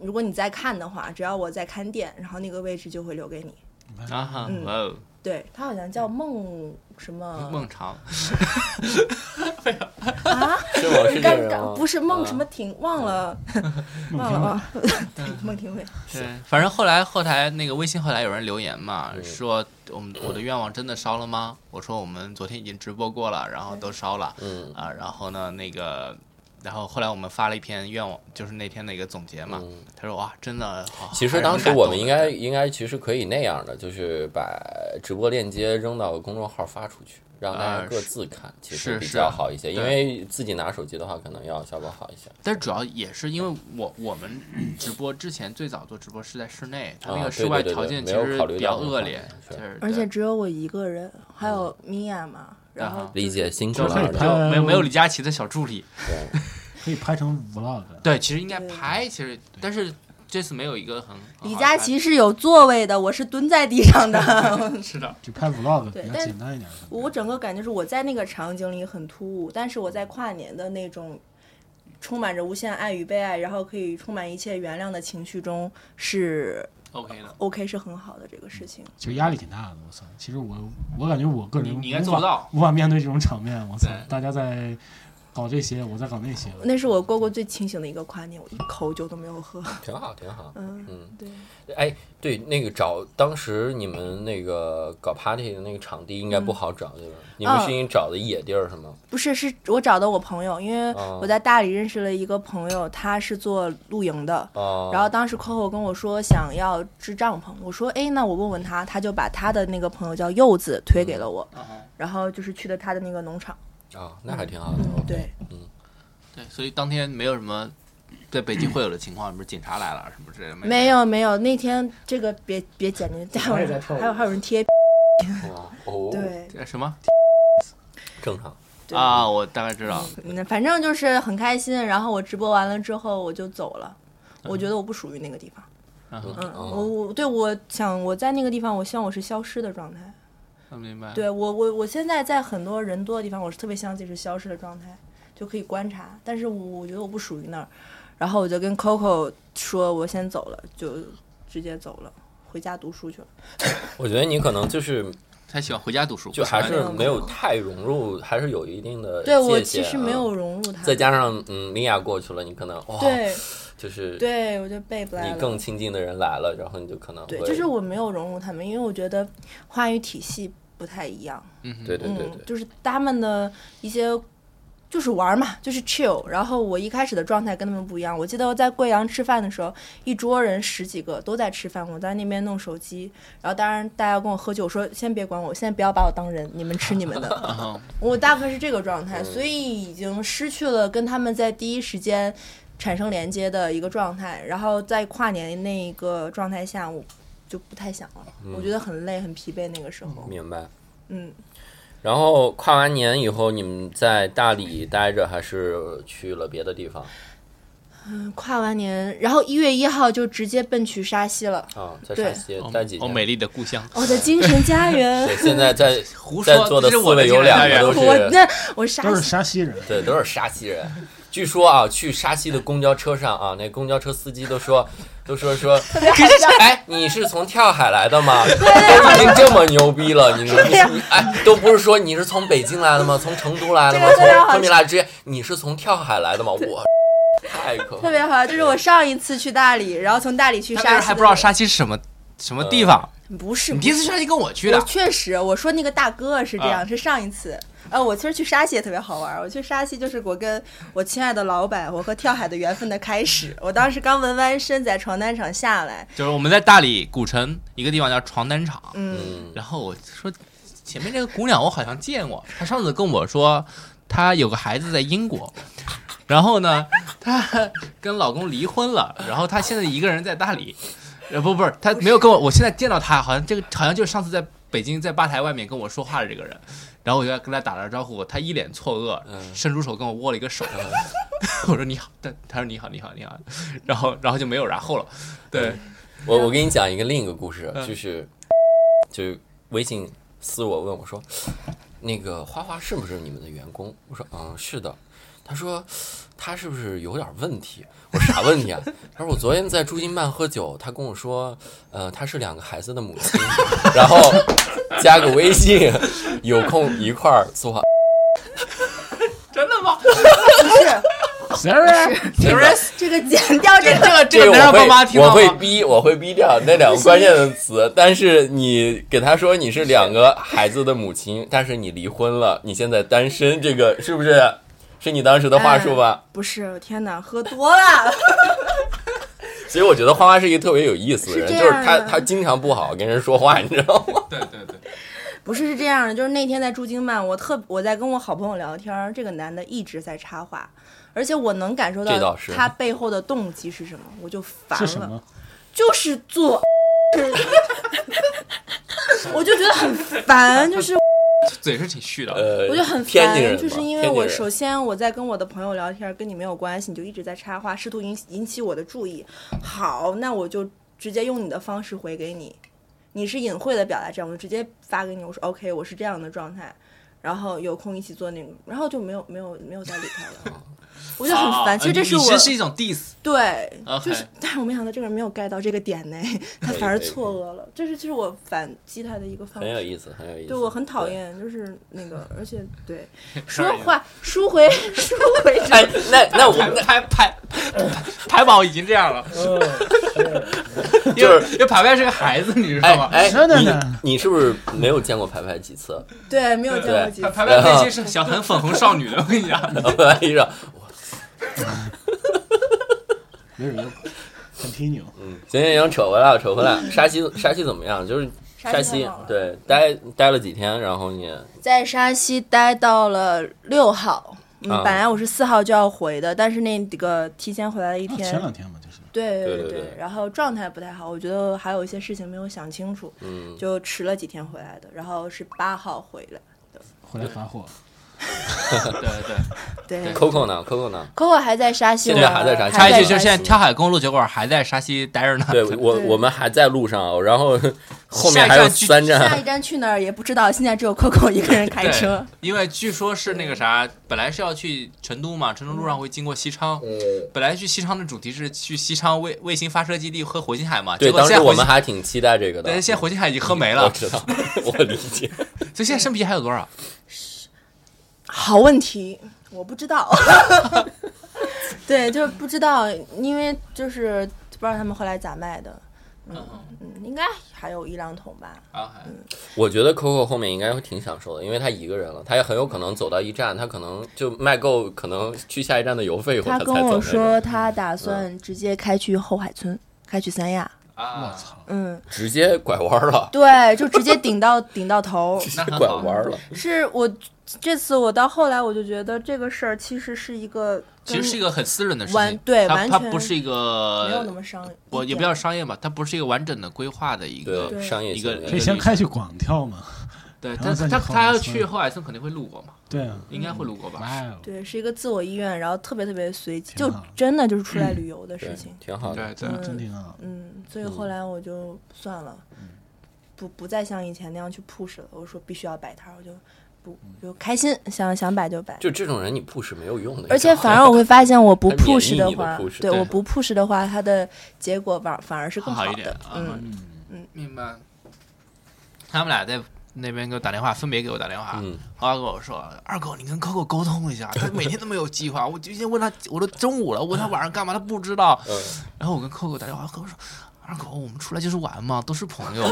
Speaker 4: 如果你在看的话，只要我在看店，然后那个位置就会留给你。
Speaker 3: 啊哈，
Speaker 4: 嗯
Speaker 3: 哇哦，
Speaker 4: 对他好像叫孟什么
Speaker 3: 孟尝，
Speaker 4: 啊？
Speaker 2: 是吗？是这
Speaker 4: 尴
Speaker 2: 人
Speaker 4: 尬
Speaker 2: 吗？
Speaker 4: 不是孟什
Speaker 2: 啊
Speaker 4: 么婷，忘了，忘了，忘了， 孟庭蕙。
Speaker 3: 对，反正后来后台那个微信后来有人留言嘛，
Speaker 2: 嗯
Speaker 3: 说我们我的愿望真的烧了吗？我说我们昨天已经直播过了，然后都烧了
Speaker 2: 嗯
Speaker 3: 啊，然后呢那个。然后后来我们发了一篇愿望，就是那天的一个总结嘛。
Speaker 2: 嗯。
Speaker 3: 他说哇，真的好。
Speaker 2: 其
Speaker 3: 还
Speaker 2: 实
Speaker 3: 是很
Speaker 2: 当时
Speaker 3: 感
Speaker 2: 我
Speaker 3: 动
Speaker 2: 们
Speaker 3: 的
Speaker 2: 应该啊应该其实可以那样的，就是把直播链接扔到公众号发出去，让大家
Speaker 3: 呃
Speaker 2: 各
Speaker 3: 是
Speaker 2: 自看，其
Speaker 3: 是
Speaker 2: 实比
Speaker 3: 是
Speaker 2: 较好一些。因
Speaker 3: 对
Speaker 2: 为自己拿手机的话，可能要效果好一些。
Speaker 3: 但是主要也是因为我我们直播之前最早做直播是在室内，他那
Speaker 2: 啊
Speaker 3: 个
Speaker 2: 对
Speaker 3: 室外
Speaker 2: 对对
Speaker 3: 条
Speaker 2: 对
Speaker 3: 件
Speaker 2: 没
Speaker 3: 其
Speaker 2: 有
Speaker 3: 实
Speaker 2: 考虑
Speaker 3: 比
Speaker 2: 到
Speaker 3: 较
Speaker 2: 那个
Speaker 3: 恶
Speaker 2: 方
Speaker 3: 劣
Speaker 2: 面，是
Speaker 3: 就是
Speaker 4: 而且
Speaker 3: 对
Speaker 4: 只有我一个人，还有米娅嘛，然后
Speaker 3: 啊
Speaker 2: 理解辛苦
Speaker 3: 就
Speaker 2: 了
Speaker 1: 可以
Speaker 2: 二
Speaker 3: 是
Speaker 1: 拍
Speaker 2: 亮，
Speaker 3: 就没有没有李佳琦的小助理。
Speaker 2: 对，
Speaker 1: 可以拍成 vlog。
Speaker 3: 对，其实应该
Speaker 4: 对
Speaker 3: 拍，其实但是这次没有一个很很
Speaker 4: 李
Speaker 3: 好的
Speaker 4: 佳
Speaker 3: 拍
Speaker 4: 琦是有座位的，我是蹲在地上 的。
Speaker 3: 是的，
Speaker 1: 就拍 vlog
Speaker 4: 对
Speaker 1: 比较
Speaker 4: 但是
Speaker 1: 简单一点。
Speaker 4: 我整个感觉是我在那个场景里很突兀，但是我在跨年的那种充满着无限爱与被爱，然后可以充满一切原谅的情绪中是
Speaker 3: OK 的，
Speaker 4: OK 是很好的这个事情。
Speaker 1: 其实压力挺大的，我操！其实我我感觉我个人
Speaker 3: 你你应该
Speaker 1: 无法
Speaker 3: 做不到
Speaker 1: 无法面对这种场面，我操
Speaker 3: 对！
Speaker 1: 大家在搞这些，我在搞那些，
Speaker 4: 那是我过过最清醒的一个跨年，我一口酒都没有喝。
Speaker 2: 挺好，挺好。
Speaker 4: 嗯，
Speaker 2: 嗯，
Speaker 4: 对，
Speaker 2: 哎，对，那个找当时你们那个搞 party 的那个场地应该不好找，对吧？你们
Speaker 4: 啊
Speaker 2: 是因为找的野地儿是吗？
Speaker 4: 不是，是我找的我朋友，因为
Speaker 2: 哦
Speaker 4: 我在大理认识了一个朋友，他是做露营的。
Speaker 2: 哦，
Speaker 4: 然后当时 Coco 跟我说想要支帐篷，我说哎，那我问问他，他就把他的那个朋友叫柚子推给了我，
Speaker 3: 啊，
Speaker 4: 然后就是去的他的那个农场。
Speaker 2: 哦，那还挺好的。
Speaker 4: 嗯，对，
Speaker 3: 对，所以当天没有什么在北京会有的情况，比如警察来了什么之类的，
Speaker 4: 没有没有，那天这个别别剪进 去，还
Speaker 1: 我也
Speaker 4: 有
Speaker 1: 在
Speaker 4: 人
Speaker 1: 跳舞
Speaker 4: 还有还有人贴，
Speaker 2: 哦，哦，，
Speaker 4: 对
Speaker 3: 有什么
Speaker 2: 正常。
Speaker 4: 对，
Speaker 3: 啊，我大概知道，
Speaker 4: 嗯反正就是很开心。然后我直播完了之后我就走了，我觉得我不属于那个地方。
Speaker 3: 嗯哼，
Speaker 4: 嗯，
Speaker 2: 哦
Speaker 4: 我我对我想我在那个地方，我希望我是消失的状态。
Speaker 3: 我明
Speaker 2: 啊
Speaker 3: 白，
Speaker 4: 对我我我现在在很多人多的地方，我是特别希望自己是消失的状态，就可以观察。但是我我觉得我不属于那儿，然后我就跟 Coco 说，我先走了，就直接走了，回家读书去了。
Speaker 2: 我觉得你可能就是
Speaker 3: 他喜欢回家读书，
Speaker 2: 就还
Speaker 3: 不喜
Speaker 2: 是
Speaker 4: 嗯
Speaker 3: 欢
Speaker 2: 没有太融入，还是有一定的
Speaker 4: 对我
Speaker 2: 界
Speaker 4: 其
Speaker 2: 限
Speaker 4: 实
Speaker 2: 啊
Speaker 4: 没有。融入他，
Speaker 2: 再加上嗯，米娅过去了，你可能哇，
Speaker 4: 对
Speaker 2: 就是
Speaker 4: 对，我就被不来
Speaker 2: 你
Speaker 4: 了。
Speaker 2: 更亲近的人来了，然后你就可能会
Speaker 4: 对，就是我没有融入他们，因为我觉得话语体系不太一样。
Speaker 3: 嗯哼
Speaker 2: 对对对
Speaker 4: 嗯
Speaker 2: 对，，
Speaker 4: 就是他们的一些就是玩儿嘛，就是 chill。然后我一开始的状态跟他们不一样。我记得我在贵阳吃饭的时候，一桌人十几个都在吃饭，我在那边弄手机。然后当然大家跟我喝酒，我说先别管我，现在不要把我当人，你们吃你们 的。
Speaker 3: 嗯哼，
Speaker 4: 我大部分是这个状
Speaker 2: 嗯
Speaker 4: 态，所以已经失去了跟他们在第一时间产生连接的一个状态。然后在跨年那一个状态下，我就不太想了，
Speaker 2: 嗯
Speaker 4: 我觉得很累很疲惫那个时候，
Speaker 2: 明白。
Speaker 4: 嗯，
Speaker 2: 然后跨完年以后，你们在大理待着，还是去了别的地方
Speaker 4: 跨完年，然后一月一号就直接奔去沙溪了，
Speaker 2: 啊？在陕西待几
Speaker 3: 我
Speaker 2: 天？
Speaker 3: 哦美丽的故乡，
Speaker 4: 我的精神家园。
Speaker 2: 对，现在在
Speaker 3: 胡
Speaker 2: 在
Speaker 3: 说
Speaker 2: 座的
Speaker 3: 这
Speaker 2: 四
Speaker 3: 是我的
Speaker 2: 位有
Speaker 3: 家
Speaker 2: 两 个
Speaker 3: 园
Speaker 2: 都
Speaker 4: 我
Speaker 2: 是
Speaker 4: 那我沙
Speaker 1: 都是
Speaker 4: 溪
Speaker 1: 沙 西人，
Speaker 2: 对，都是沙西人。据说啊，去沙西的公交车上啊，那公交车司机都说，都说说，哎，你是从跳海来的吗？都已经这么牛逼了，你你你哎，都不是说你是从北京来的吗？从成都来的吗？
Speaker 4: 这个真的
Speaker 2: 从
Speaker 4: 好
Speaker 2: 昆明来？直接你是从跳海来的吗？我太可
Speaker 4: 特
Speaker 2: 怕了。
Speaker 4: 别好，就是我上一次去大理，然后从大理去
Speaker 3: 他们
Speaker 4: 沙溪，
Speaker 3: 还不知道，沙溪是什么什么地方。
Speaker 4: 不是
Speaker 2: 嗯
Speaker 3: 你
Speaker 4: 不
Speaker 3: 第一
Speaker 4: 是，
Speaker 3: 次去沙溪跟我去
Speaker 4: 我
Speaker 3: 的，
Speaker 4: 确实我说那个大哥是这样，
Speaker 3: 啊
Speaker 4: 是上一次。呃，我其实去沙溪也特别好玩儿。我去沙溪就是我跟我亲爱的老板，我和跳海的缘分的开始。我当时刚纹完身，在床单上下来，
Speaker 3: 就是我们在大理古城一个地方叫床单厂，
Speaker 4: 嗯，
Speaker 2: 嗯，
Speaker 3: 然后我说前面这个姑娘我好像见过，她上次跟我说她有个孩子在英国，然后呢，她跟老公离婚了，然后她现在一个人在大理，呃不不是她没有跟我，我现在见到她好像这个好像就是上次在北京在吧台外面跟我说话的这个人。然后我就跟她打了招呼，她一脸错愕，
Speaker 2: 嗯
Speaker 3: 伸出手跟我握了一个手。我说你 好，但她说你好，你好，你好。然后，然后就没有然后了。对，
Speaker 2: 我我给你讲一个另一个故事，
Speaker 3: 嗯
Speaker 2: 就是就微信私我问我说，那个花花是不是你们的员工？我说嗯是的。他说他是不是有点问题？我说啥问题啊？他说我昨天在驻京办喝酒，他跟我说，呃，她是两个孩子的母亲，然后加个微信，有空一块儿做。
Speaker 3: 真的吗？
Speaker 4: 不是，
Speaker 1: ，Sarah，
Speaker 2: 真的
Speaker 4: 这个剪掉这个，
Speaker 3: 嗯
Speaker 2: 这
Speaker 3: 这个
Speaker 2: 个
Speaker 3: 能让爸妈
Speaker 2: 我会
Speaker 3: 听到
Speaker 2: 我
Speaker 3: 吗？
Speaker 2: 会逼我会逼掉那两个关键的词，但是你给他说你是两个孩子的母亲，但是你离婚了，你现在单身，这个是不是是你当时的话术吧？
Speaker 4: 不是，天哪，喝多了，
Speaker 2: 所以我觉得花花是一个特别有意思的人，
Speaker 4: 是这
Speaker 2: 就是
Speaker 4: 样的
Speaker 2: 他他经常不好跟人说话，你知道吗？
Speaker 3: 对对对。
Speaker 4: 不是是这样的，就是那天在驻京办，我特我在跟我好朋友聊天儿，这个男的一直在插话，而且我能感受
Speaker 2: 这
Speaker 4: 到
Speaker 2: 倒是
Speaker 4: 他背后的动机是什么，我就烦
Speaker 1: 是什
Speaker 4: 了，
Speaker 1: 么？
Speaker 4: 就是做，我就觉得很烦，就是
Speaker 3: 嘴是挺虚的。
Speaker 2: 呃，
Speaker 4: 我就很
Speaker 2: 天津人
Speaker 4: 烦，
Speaker 2: 嘛，
Speaker 4: 就是因为
Speaker 2: 天津
Speaker 4: 我
Speaker 2: 人
Speaker 4: 首先我在跟我的朋友聊天，跟你没有关系，你就一直在插话，试图引引起我的注意。好，那我就直接用你的方式回给你，你是隐晦的表达这样，我就直接发给你，我说 OK，我是这样的状态，然后有空一起做那个，然后就没有没有没有再理他 了。我就很
Speaker 2: 啊
Speaker 4: 烦，其实这是
Speaker 3: 啊
Speaker 4: 我
Speaker 3: 你其实是一种 diss，
Speaker 4: 对
Speaker 3: OK
Speaker 4: 就是， 但是我没想到这个人没有 get 到这个点呢， 他
Speaker 2: 可以
Speaker 4: 反而
Speaker 2: 可以
Speaker 4: 错愕了，这是这是我反击他的一个方
Speaker 2: 很有
Speaker 4: 式。
Speaker 2: 意思，很有意思。
Speaker 4: 对我很讨。厌，就是那个，而 且对
Speaker 3: 有
Speaker 4: 说
Speaker 3: 意思
Speaker 4: 话说回说回这
Speaker 2: 哎，那那我
Speaker 3: 排
Speaker 2: 那
Speaker 3: 排排排宝已经这样了，
Speaker 2: 嗯
Speaker 3: 因
Speaker 2: 就
Speaker 3: 为
Speaker 2: 是
Speaker 3: 因为排排是个孩子，你知道
Speaker 2: 哎
Speaker 3: 吗？
Speaker 2: 哎，
Speaker 1: 真的
Speaker 2: 你
Speaker 1: 呢
Speaker 2: 你是不是没有见过排排几次？
Speaker 4: 对没有见过
Speaker 2: 对
Speaker 4: 几
Speaker 3: 排
Speaker 4: 次，
Speaker 3: 排内
Speaker 2: 嗯
Speaker 3: 心是小很粉红少女的，我跟你讲，
Speaker 2: 然后排排一上，
Speaker 1: 没准就 continue。
Speaker 2: 嗯行行行，扯回来，扯回来。沙溪沙溪怎么样？就是
Speaker 4: 沙
Speaker 2: 沙
Speaker 4: 溪
Speaker 2: 溪
Speaker 4: 太好了
Speaker 2: 对待待了几天，然后你
Speaker 4: 在沙溪待到了六号。嗯
Speaker 2: 啊，
Speaker 4: 本来我是四号就要回的，但是那个提前回来了一
Speaker 1: 啊
Speaker 4: 天
Speaker 1: 前，两天吧，就是
Speaker 4: 对
Speaker 2: 对
Speaker 4: 对
Speaker 2: 对对
Speaker 4: 然后状态不太好，我觉得还有一些事情没有想清楚，
Speaker 2: 嗯，
Speaker 4: 就迟了几天回来的，然后是八号回来，
Speaker 1: 回来发货，
Speaker 3: 对对，
Speaker 4: 对
Speaker 2: Coco 呢？Coco 呢？
Speaker 4: ，Coco 还在沙溪
Speaker 2: 现
Speaker 4: 玩，
Speaker 2: 在还在沙溪
Speaker 3: 插
Speaker 4: 还
Speaker 3: 一
Speaker 4: 在
Speaker 3: 句，就是
Speaker 4: 沙
Speaker 3: 现在
Speaker 4: 溪
Speaker 3: 跳海公路酒馆还在沙溪待着呢。
Speaker 2: 对我
Speaker 4: 对
Speaker 2: 我们还在路上，哦 然后后面
Speaker 3: 下一站
Speaker 2: 还有
Speaker 3: 去
Speaker 2: 三
Speaker 4: 下一
Speaker 2: 站，
Speaker 4: 站去哪儿也不知道，现在只有 Coco 一个人开
Speaker 3: 对
Speaker 4: 车。
Speaker 3: 因为据说是那个啥，本来是要去成都嘛，成都路上会经过西昌。
Speaker 2: 嗯
Speaker 3: 本来去西昌的主题是去西昌卫卫星发射基地喝火星海嘛，
Speaker 2: 对，
Speaker 3: 结果
Speaker 2: 当
Speaker 3: 现
Speaker 2: 时
Speaker 3: 在
Speaker 2: 我
Speaker 3: 火
Speaker 2: 们
Speaker 3: 星，
Speaker 2: 还挺期待这个的。
Speaker 3: 但是现在火星海已经喝没
Speaker 2: 我
Speaker 3: 了，
Speaker 2: 知道， 我理解。
Speaker 3: 所以现在生啤还有多少？
Speaker 4: 好问题，我不知 道。对，就是不知道，因为就是不知道他们后来咋卖的。嗯嗯，应该还有一两桶吧。
Speaker 3: 啊，还
Speaker 2: 我觉得 Coco 后面应该会挺享受的，因为他一个人了，他也很有可能走到一站，他可能就卖够，可能去下一站的油费以后
Speaker 4: 他
Speaker 2: 才
Speaker 4: 跟
Speaker 2: 走那
Speaker 4: 我
Speaker 2: 种。
Speaker 4: 说，他打算直接开去后海村，开去三亚。
Speaker 1: 我
Speaker 3: 啊，
Speaker 1: 操，
Speaker 4: 嗯，
Speaker 2: 直接拐弯了，
Speaker 4: 对，就直接顶到顶到头。
Speaker 2: 直接拐弯了。
Speaker 4: 是我这次我到后来我就觉得这个事儿其实是一个
Speaker 3: 其实是一
Speaker 4: 个
Speaker 3: 个很私人的事
Speaker 4: 完
Speaker 3: 情，
Speaker 4: 对
Speaker 3: 它
Speaker 4: 完
Speaker 3: 它
Speaker 4: 全
Speaker 3: 不是一
Speaker 4: 没有那
Speaker 3: 个，
Speaker 4: 么商业，
Speaker 3: 我也不叫商业吧，它不是一个完整的规划的一个，
Speaker 2: 对商业
Speaker 3: 一个
Speaker 2: 行为
Speaker 1: 可以先开去广跳嘛？
Speaker 3: 对，
Speaker 1: 然后
Speaker 3: 但
Speaker 1: 再
Speaker 3: 是它
Speaker 1: 去后
Speaker 3: 它要
Speaker 1: 海
Speaker 3: 去
Speaker 1: 村
Speaker 3: 后海村肯定会路过嘛，
Speaker 1: 对啊，
Speaker 3: 应该会路过吧？
Speaker 1: 哇哦，
Speaker 4: 对，是一个自我意愿，然后特别特别随机，
Speaker 1: 挺
Speaker 4: 就
Speaker 1: 好
Speaker 4: 真的就是出来旅
Speaker 3: 嗯
Speaker 4: 游的
Speaker 2: 对
Speaker 4: 事情，。
Speaker 2: 挺好的。
Speaker 3: 对对，
Speaker 1: 真挺好。
Speaker 4: 嗯，所以后来我就算了，
Speaker 2: 嗯
Speaker 4: 不不再像以前那样去 push 了。我说必须要摆摊儿，我就不就开心，想想摆就摆。
Speaker 2: 嗯就这种人，你 push 没有用的。
Speaker 4: 而且反 而我会发现，我不
Speaker 2: 它免疫
Speaker 4: push 的
Speaker 2: 你的
Speaker 4: 话，
Speaker 2: push，
Speaker 4: 对
Speaker 2: 对
Speaker 4: 我不 push 的话，它的结果反反而是更
Speaker 3: 好一点
Speaker 4: 的。
Speaker 3: 啊
Speaker 4: 嗯，
Speaker 3: 明白。他们俩在那边给我打电话，分别给我打电话。
Speaker 2: 嗯
Speaker 3: 花花跟我说：“二狗，你跟 Coco 沟通一下，他每天都没有计划。我今天问他，我都中午了，我问他晚上干嘛，他不知道。
Speaker 2: 嗯，
Speaker 3: 然后我跟 Coco 打电话，Coco 说：‘二狗，我们出来就是玩嘛，都是 朋友。’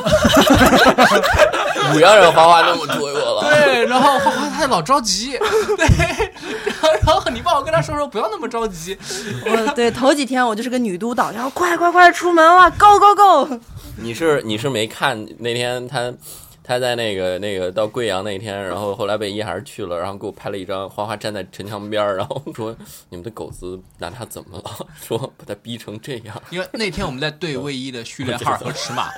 Speaker 2: 不要让花花那么追我 了。
Speaker 3: 对，然后花花他老着 急，对，然后然后你帮我跟他说说，不要那么着急。
Speaker 4: 我对头几天我就是个女督导，然后快快快出门了，go go go。
Speaker 2: 你是你是没看那天他他在那个那个到贵阳那天，然后后来被一涵去了，然后给我拍了一张花花站在城墙边儿，然后说你们的狗子拿他怎么了？ 说把他逼成这样。
Speaker 3: 因为那天我们在对卫一的序列号和尺 码，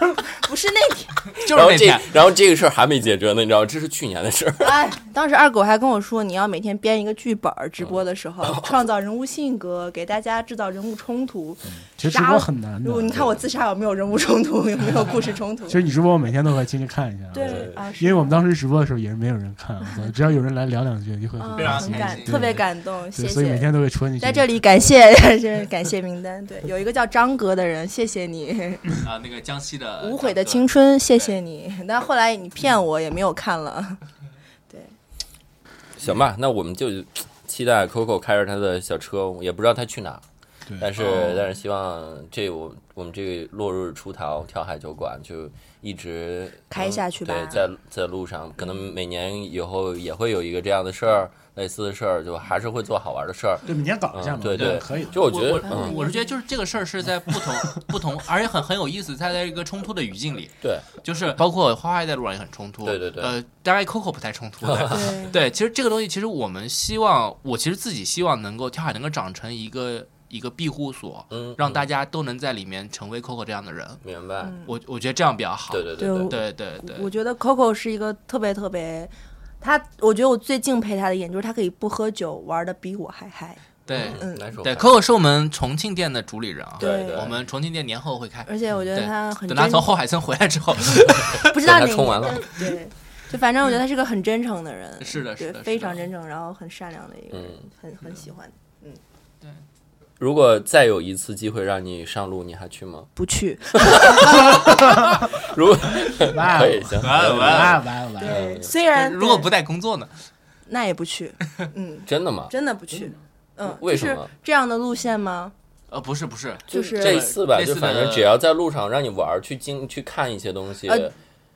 Speaker 4: 不是那天，
Speaker 3: 就
Speaker 2: 然
Speaker 3: 是
Speaker 2: 后
Speaker 3: 那
Speaker 2: 这
Speaker 3: 天。
Speaker 2: 然后这个事儿还没解决呢，你知道吗，这是去年的事儿。
Speaker 4: 哎，当时二狗还跟我说，你要每天编一个剧本儿，直播的时候
Speaker 2: 嗯
Speaker 4: 创造人物性格，给大家制造人物冲突。
Speaker 1: 其实直播很难的
Speaker 4: 如果。你看我自杀有没有人物冲突，有没有故事冲突
Speaker 1: 其？实你直播我每天都会进去看一下，
Speaker 4: 对啊，是
Speaker 1: 因为我们当时直播的时候也是没有人看，我操只要有人来聊两句就会
Speaker 4: 嗯
Speaker 3: 非
Speaker 1: 开
Speaker 3: 常
Speaker 4: 很
Speaker 1: 心
Speaker 3: 感
Speaker 4: 感，
Speaker 3: 动
Speaker 1: 对
Speaker 4: 特别感动，谢
Speaker 1: 对，所以每
Speaker 4: 谢。
Speaker 1: 天都会戳进去。
Speaker 4: 在这里感谢 是感谢名单，对，有一个叫张哥的人，谢谢你，
Speaker 3: 啊，那个江西
Speaker 1: 嗯
Speaker 3: 的
Speaker 4: 无悔的青春，谢谢你。但后来你骗我也没有看
Speaker 1: 啊
Speaker 4: 了，
Speaker 2: 行吧，那我们就期待 Coco 开着他的小车，也不知道他去哪。
Speaker 4: 嗯
Speaker 1: 对
Speaker 2: 但是、
Speaker 3: 哦
Speaker 2: 但是希望这我我们这个落日出逃跳海酒馆就一直
Speaker 4: 开下去吧
Speaker 2: 对，在在路上，可能每年以后也会有一个这样的事儿，类似的事儿，就还是会做好玩的事儿。
Speaker 1: 对每天搞一下嘛，
Speaker 2: 嗯对
Speaker 1: 对，
Speaker 2: 对
Speaker 1: 可以的。
Speaker 2: 就我觉
Speaker 3: 我
Speaker 2: 得，
Speaker 3: 我
Speaker 2: 嗯，
Speaker 3: 我是觉得就是这个事儿是在不 同不同，而且很很有意思，它在一个冲突的语境里，
Speaker 2: 对，
Speaker 3: 就是包括花花在路上也很冲突，
Speaker 2: 嗯对对对
Speaker 3: 呃，大概 Coco 不太冲 突，对
Speaker 4: 对，
Speaker 3: 对，其实这个东西，其实我们希望，我其实自己希望能够跳海能够长成一个一个庇护所，
Speaker 2: 嗯，
Speaker 3: 让大家都能在里面成为 Coco 这样的人。
Speaker 2: 明白，
Speaker 4: 嗯
Speaker 3: 我我觉得这样比较好。
Speaker 2: 对对
Speaker 4: 对
Speaker 2: 对
Speaker 4: 我，
Speaker 3: 对对对
Speaker 4: 我觉得 Coco 是一个特别特别，他我觉得我最敬佩他的一点就是他可以不喝酒，玩的比我还嗨，
Speaker 3: 对
Speaker 4: 嗯
Speaker 2: 来说
Speaker 3: 对，Coco 是我们重庆店的主理人啊，
Speaker 2: 对
Speaker 4: 对
Speaker 3: 我们重庆店年后会开，
Speaker 4: 而且我觉得
Speaker 3: 对
Speaker 4: 他很
Speaker 3: 等他
Speaker 4: 真
Speaker 3: 从后海村回来之后，
Speaker 4: 不知道哪
Speaker 2: 等他冲完了
Speaker 4: 年的，对，就反正我觉得他是个很真诚的人，
Speaker 3: 是的是的
Speaker 4: 对
Speaker 3: 是
Speaker 4: 非
Speaker 3: 的
Speaker 4: 常真诚，然后很善良的一个人，
Speaker 2: 嗯
Speaker 4: 很很喜欢，
Speaker 2: 如果再有一次机会让你上路，你还去吗？
Speaker 4: 不去，
Speaker 2: 如果
Speaker 1: 哇哦
Speaker 2: 可以行，
Speaker 3: 哇哦
Speaker 1: 哇哇 哇！
Speaker 4: 对，
Speaker 2: 嗯
Speaker 4: 虽然
Speaker 3: 如果
Speaker 4: 对
Speaker 3: 不带工作呢？
Speaker 4: 那也不去，嗯，
Speaker 2: 真的吗？
Speaker 4: 真的不去。嗯，
Speaker 2: 为
Speaker 4: 就
Speaker 2: 什
Speaker 4: 是
Speaker 2: 么
Speaker 4: 这样的路线吗？
Speaker 3: 呃，不是不是，
Speaker 4: 就是
Speaker 2: 这一次吧，
Speaker 3: 类似
Speaker 2: 就反正
Speaker 3: 的
Speaker 2: 只要在路上让你玩儿，去经去看一些东西，
Speaker 4: 呃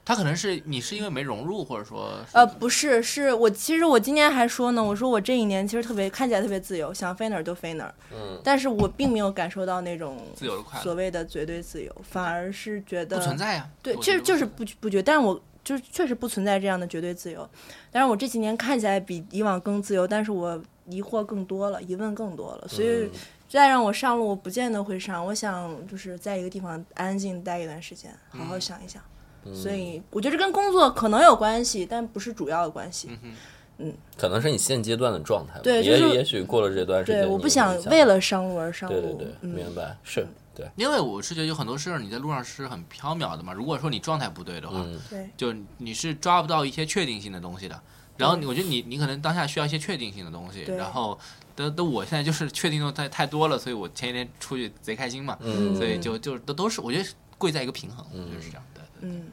Speaker 3: 他可能是你是因为没融入，或者说是
Speaker 4: 呃，不是，是我其实我今年还说呢，我说我这一年其实特别看起来特别自由，想飞哪儿就飞哪儿，
Speaker 2: 嗯，
Speaker 4: 但是我并没有感受到那种
Speaker 3: 自由的快乐
Speaker 4: 所谓的绝对自由，反而是觉得
Speaker 3: 不存在呀。
Speaker 4: 对，
Speaker 3: 我
Speaker 4: 其
Speaker 3: 觉
Speaker 4: 实
Speaker 3: 得
Speaker 4: 就是不不觉，但是我就是确实不存在这样的绝对自由。但是我这几年看起来比以往更自由，但是我疑惑更多了，疑问更多了，所以
Speaker 2: 嗯
Speaker 4: 再让我上路，我不见得会上。我想就是在一个地方安静待一段时间，好
Speaker 2: 嗯
Speaker 4: 好想一想。所以我觉得这跟工作可能有关系，但不是主要的关系。
Speaker 2: 嗯可能是你现阶段的状态吧，
Speaker 4: 对
Speaker 2: 也
Speaker 4: 就是
Speaker 2: 也许过了这段时间，
Speaker 4: 对，我
Speaker 2: 你
Speaker 4: 不
Speaker 2: 会
Speaker 4: 想为了上路而上
Speaker 2: 对
Speaker 4: 路。
Speaker 2: 对对，
Speaker 4: 嗯，
Speaker 2: 明白是，对，
Speaker 3: 因为我是觉得有很多事儿你在路上是很缥缈的嘛。如果说你状态不对的话，
Speaker 2: 嗯
Speaker 4: 对，
Speaker 3: 就你是抓不到一些确定性的东西的。然后你我觉得你你可能当下需要一些确定性的东西，
Speaker 4: 对
Speaker 3: 然后但但我现在就是确定的太太多了，所以我前几天出去贼开心嘛，
Speaker 2: 嗯
Speaker 3: 所以就就都都是我觉得是贵在一个平衡，我觉得是这样。对对，
Speaker 4: 嗯，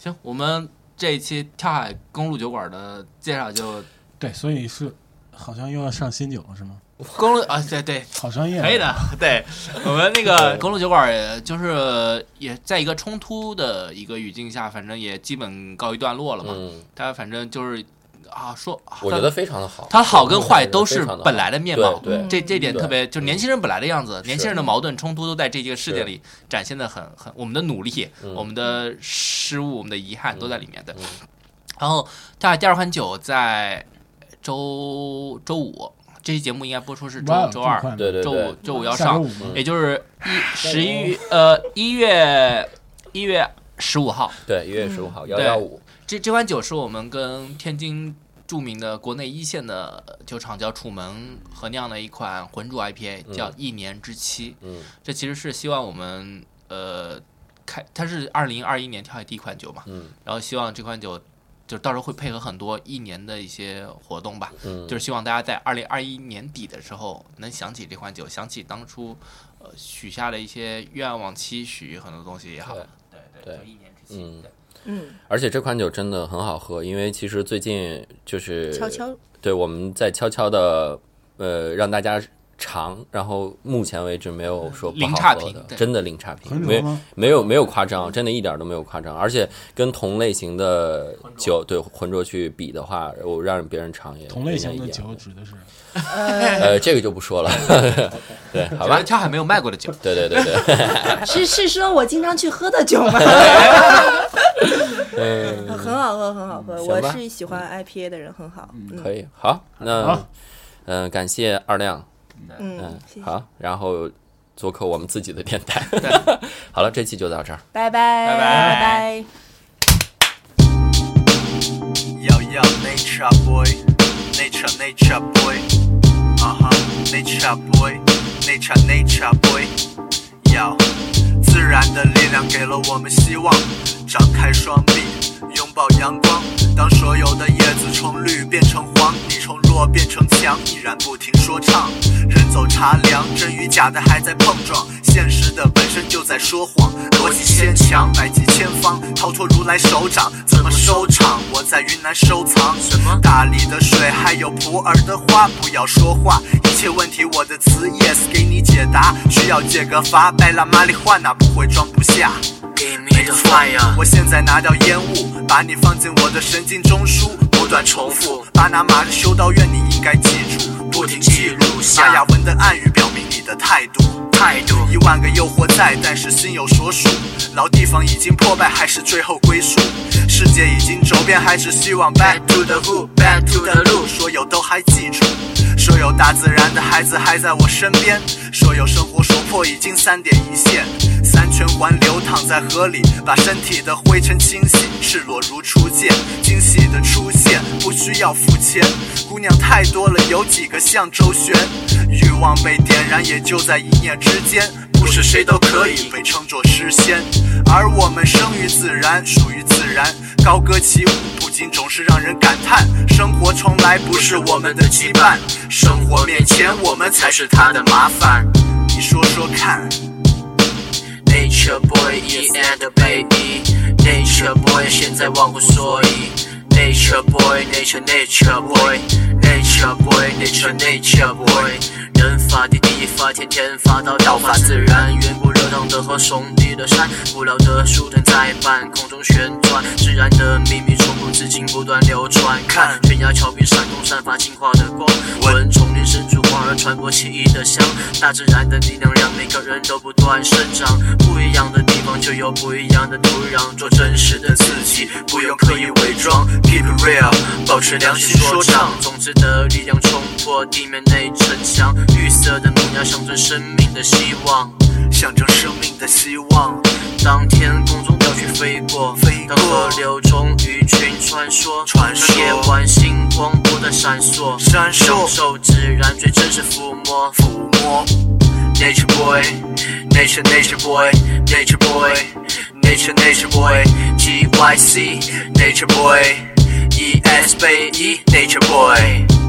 Speaker 3: 行，我们这一期跳海公路酒馆的介绍就
Speaker 1: 对，所以是好像又要上新酒了是吗？
Speaker 3: 公路啊，对对，
Speaker 1: 好商业，
Speaker 3: 可以。的，
Speaker 2: 嗯
Speaker 3: 对我们那个公路酒馆也就是也在一个冲突的一个语境下，反正也基本告一段落了嘛。
Speaker 2: 嗯，
Speaker 3: 它反正就是啊，说啊
Speaker 2: 我觉得非常的好，
Speaker 3: 它好跟坏都
Speaker 2: 我
Speaker 3: 是
Speaker 2: 觉得非常地好
Speaker 3: 本来的面貌，
Speaker 2: 对对嗯
Speaker 3: 这这点
Speaker 2: 对
Speaker 3: 特别，就是年轻人本来的样子，
Speaker 2: 是
Speaker 3: 年轻人的矛盾冲突都在这个世界里展现的很很，我们的努力、
Speaker 2: 嗯
Speaker 3: 我们的失误、我们的遗憾都在里面的。对然后大第二款酒在周周五，这期节目应该播出是周
Speaker 1: 哇
Speaker 3: 周
Speaker 1: 这么
Speaker 3: 二，
Speaker 1: 快吗
Speaker 2: 对对
Speaker 3: 周
Speaker 2: 对
Speaker 3: 五，周五要
Speaker 1: 下周
Speaker 3: 上
Speaker 1: 五，
Speaker 2: 嗯
Speaker 3: 也就是一十一月呃一月一月十五号。
Speaker 2: 对，一月十五
Speaker 4: 嗯
Speaker 2: 号幺幺五，
Speaker 3: 这这款酒是我们跟天津著名的国内一线的酒厂叫楚门合酿的一款浑浊 IPA，
Speaker 2: 嗯
Speaker 3: 叫一年之期。
Speaker 2: 嗯
Speaker 3: 这其实是希望我们呃开，它是二零二一年跳海第一款酒嘛，
Speaker 2: 嗯
Speaker 3: 然后希望这款酒就到时候会配合很多一年的一些活动吧，
Speaker 2: 嗯，
Speaker 3: 就是希望大家在二零二一年底的时候能想起这款酒，想起当初呃许下的一些愿望、期许很多东西也好，
Speaker 2: 对对
Speaker 3: 就一年之
Speaker 2: 嗯
Speaker 3: 期，对
Speaker 4: 嗯，
Speaker 2: 而且这款酒真的很好喝，因为其实最近就是
Speaker 4: 悄悄
Speaker 2: 对，我们在悄悄的呃让大家尝，然后目前为止没有说不
Speaker 3: 零
Speaker 2: 好
Speaker 3: 差
Speaker 2: 喝
Speaker 3: 评
Speaker 2: 的，
Speaker 3: 对
Speaker 2: 真的零差评，
Speaker 1: 很
Speaker 2: 没
Speaker 1: 牛吗？
Speaker 2: 没有没有夸张，真的一点儿都没有夸张，而且跟同类型的酒对浑浊去比的话，我让别人尝也
Speaker 1: 同类型的
Speaker 2: 不太一
Speaker 1: 酒
Speaker 2: 样
Speaker 1: 指的是
Speaker 2: 呃这个就不说了， 对，好吧，
Speaker 3: 跳海没有卖过的酒，
Speaker 2: 对对对对，
Speaker 4: 是是说我经常去喝的酒吗？
Speaker 2: 嗯，
Speaker 4: 很好喝，很好喝。
Speaker 2: 行
Speaker 4: 我
Speaker 2: 吧
Speaker 4: 是喜欢 IPA 的人，很好。嗯
Speaker 2: 可以，好，那
Speaker 1: 好
Speaker 2: 嗯、呃感谢二亮，
Speaker 4: 嗯
Speaker 2: 嗯，，
Speaker 4: 谢谢，
Speaker 2: 好，然后做客我们自己的电台， 好了，这期就到这儿。
Speaker 4: 拜拜，拜
Speaker 3: 拜
Speaker 4: 拜。
Speaker 5: Yo yo, nature boy, nature nature boy, uh huh, nature boy, nature nature boy, yo，自然的力量给了我们希望，张开双臂，拥抱阳光。当所有的叶子从绿变成黄，你从弱变成强，依然不停说唱。人走茶凉，真与假的还在碰撞，现实的本身就在说谎。逻辑先强，百计千方，逃脱如来手掌，怎么收场？我在云南收藏什么？大理的水，还有普洱的花。不要说话，一切问题我的词 yes 给你解答。需要借个发，白拉玛丽花那不会装不下。
Speaker 6: Give me the fire.
Speaker 5: 我现在拿掉烟雾，把你放进我的神经中枢，不断重复。巴拿马的修道院，你应该记住，不停记录下雅文的暗语，表明你的态度。
Speaker 6: 态度
Speaker 5: 一万个诱惑在，但是心有所属。老地方已经破败，还是最后归宿。世界已经走遍，还是希望 back to the who，back to the 路。所有都还记住，所有大自然的孩子还在我身边，所有生活所迫已经三点一线。三圈环流淌在河里，把身体的灰尘清洗，赤裸如初见。惊喜的出现，不需要付钱。姑娘太多了，有几个像周旋？欲望被点燃，也就在一念之间。不是谁都可以被称作诗仙，而我们生于自然，属于自然，高歌起舞，不禁总是让人感叹。生活从来不是我们的羁绊，生活面前我们才是它的麻烦。你说说看。
Speaker 6: Nature Boy E and Baby Nature Boy 现在忘乎所以 Nature Boy Nature Nature Boy Nature Boy Nature Nature Boy 人法地地法天天法道道法自然源不流淌的河耸立的山古老的书藤在半空中旋转自然的秘密从古至今不断流传看悬崖峭壁山洞散发金黄的光闻丛林深处花儿传播奇异的香大自然的力量让每个人都不断生长。不一样的地方就有不一样的土壤，做真实的自己，不用刻意伪装。Keep it real，保持良心说唱。种子的力量冲破地面内城墙，绿色的萌芽象征生命的希望。
Speaker 5: 象征生命的希望。
Speaker 6: 当天空中鸟去飞过，
Speaker 5: 飞过
Speaker 6: 当河流中鱼群穿梭，
Speaker 5: 穿梭
Speaker 6: 当夜晚星光不断闪烁，
Speaker 5: 闪烁
Speaker 6: 享受自然最真实抚摸。
Speaker 5: 抚摸
Speaker 6: Nature boy, nature nature boy, nature boy, nature nature boy, G Y C, nature boy, E S B E, nature boy.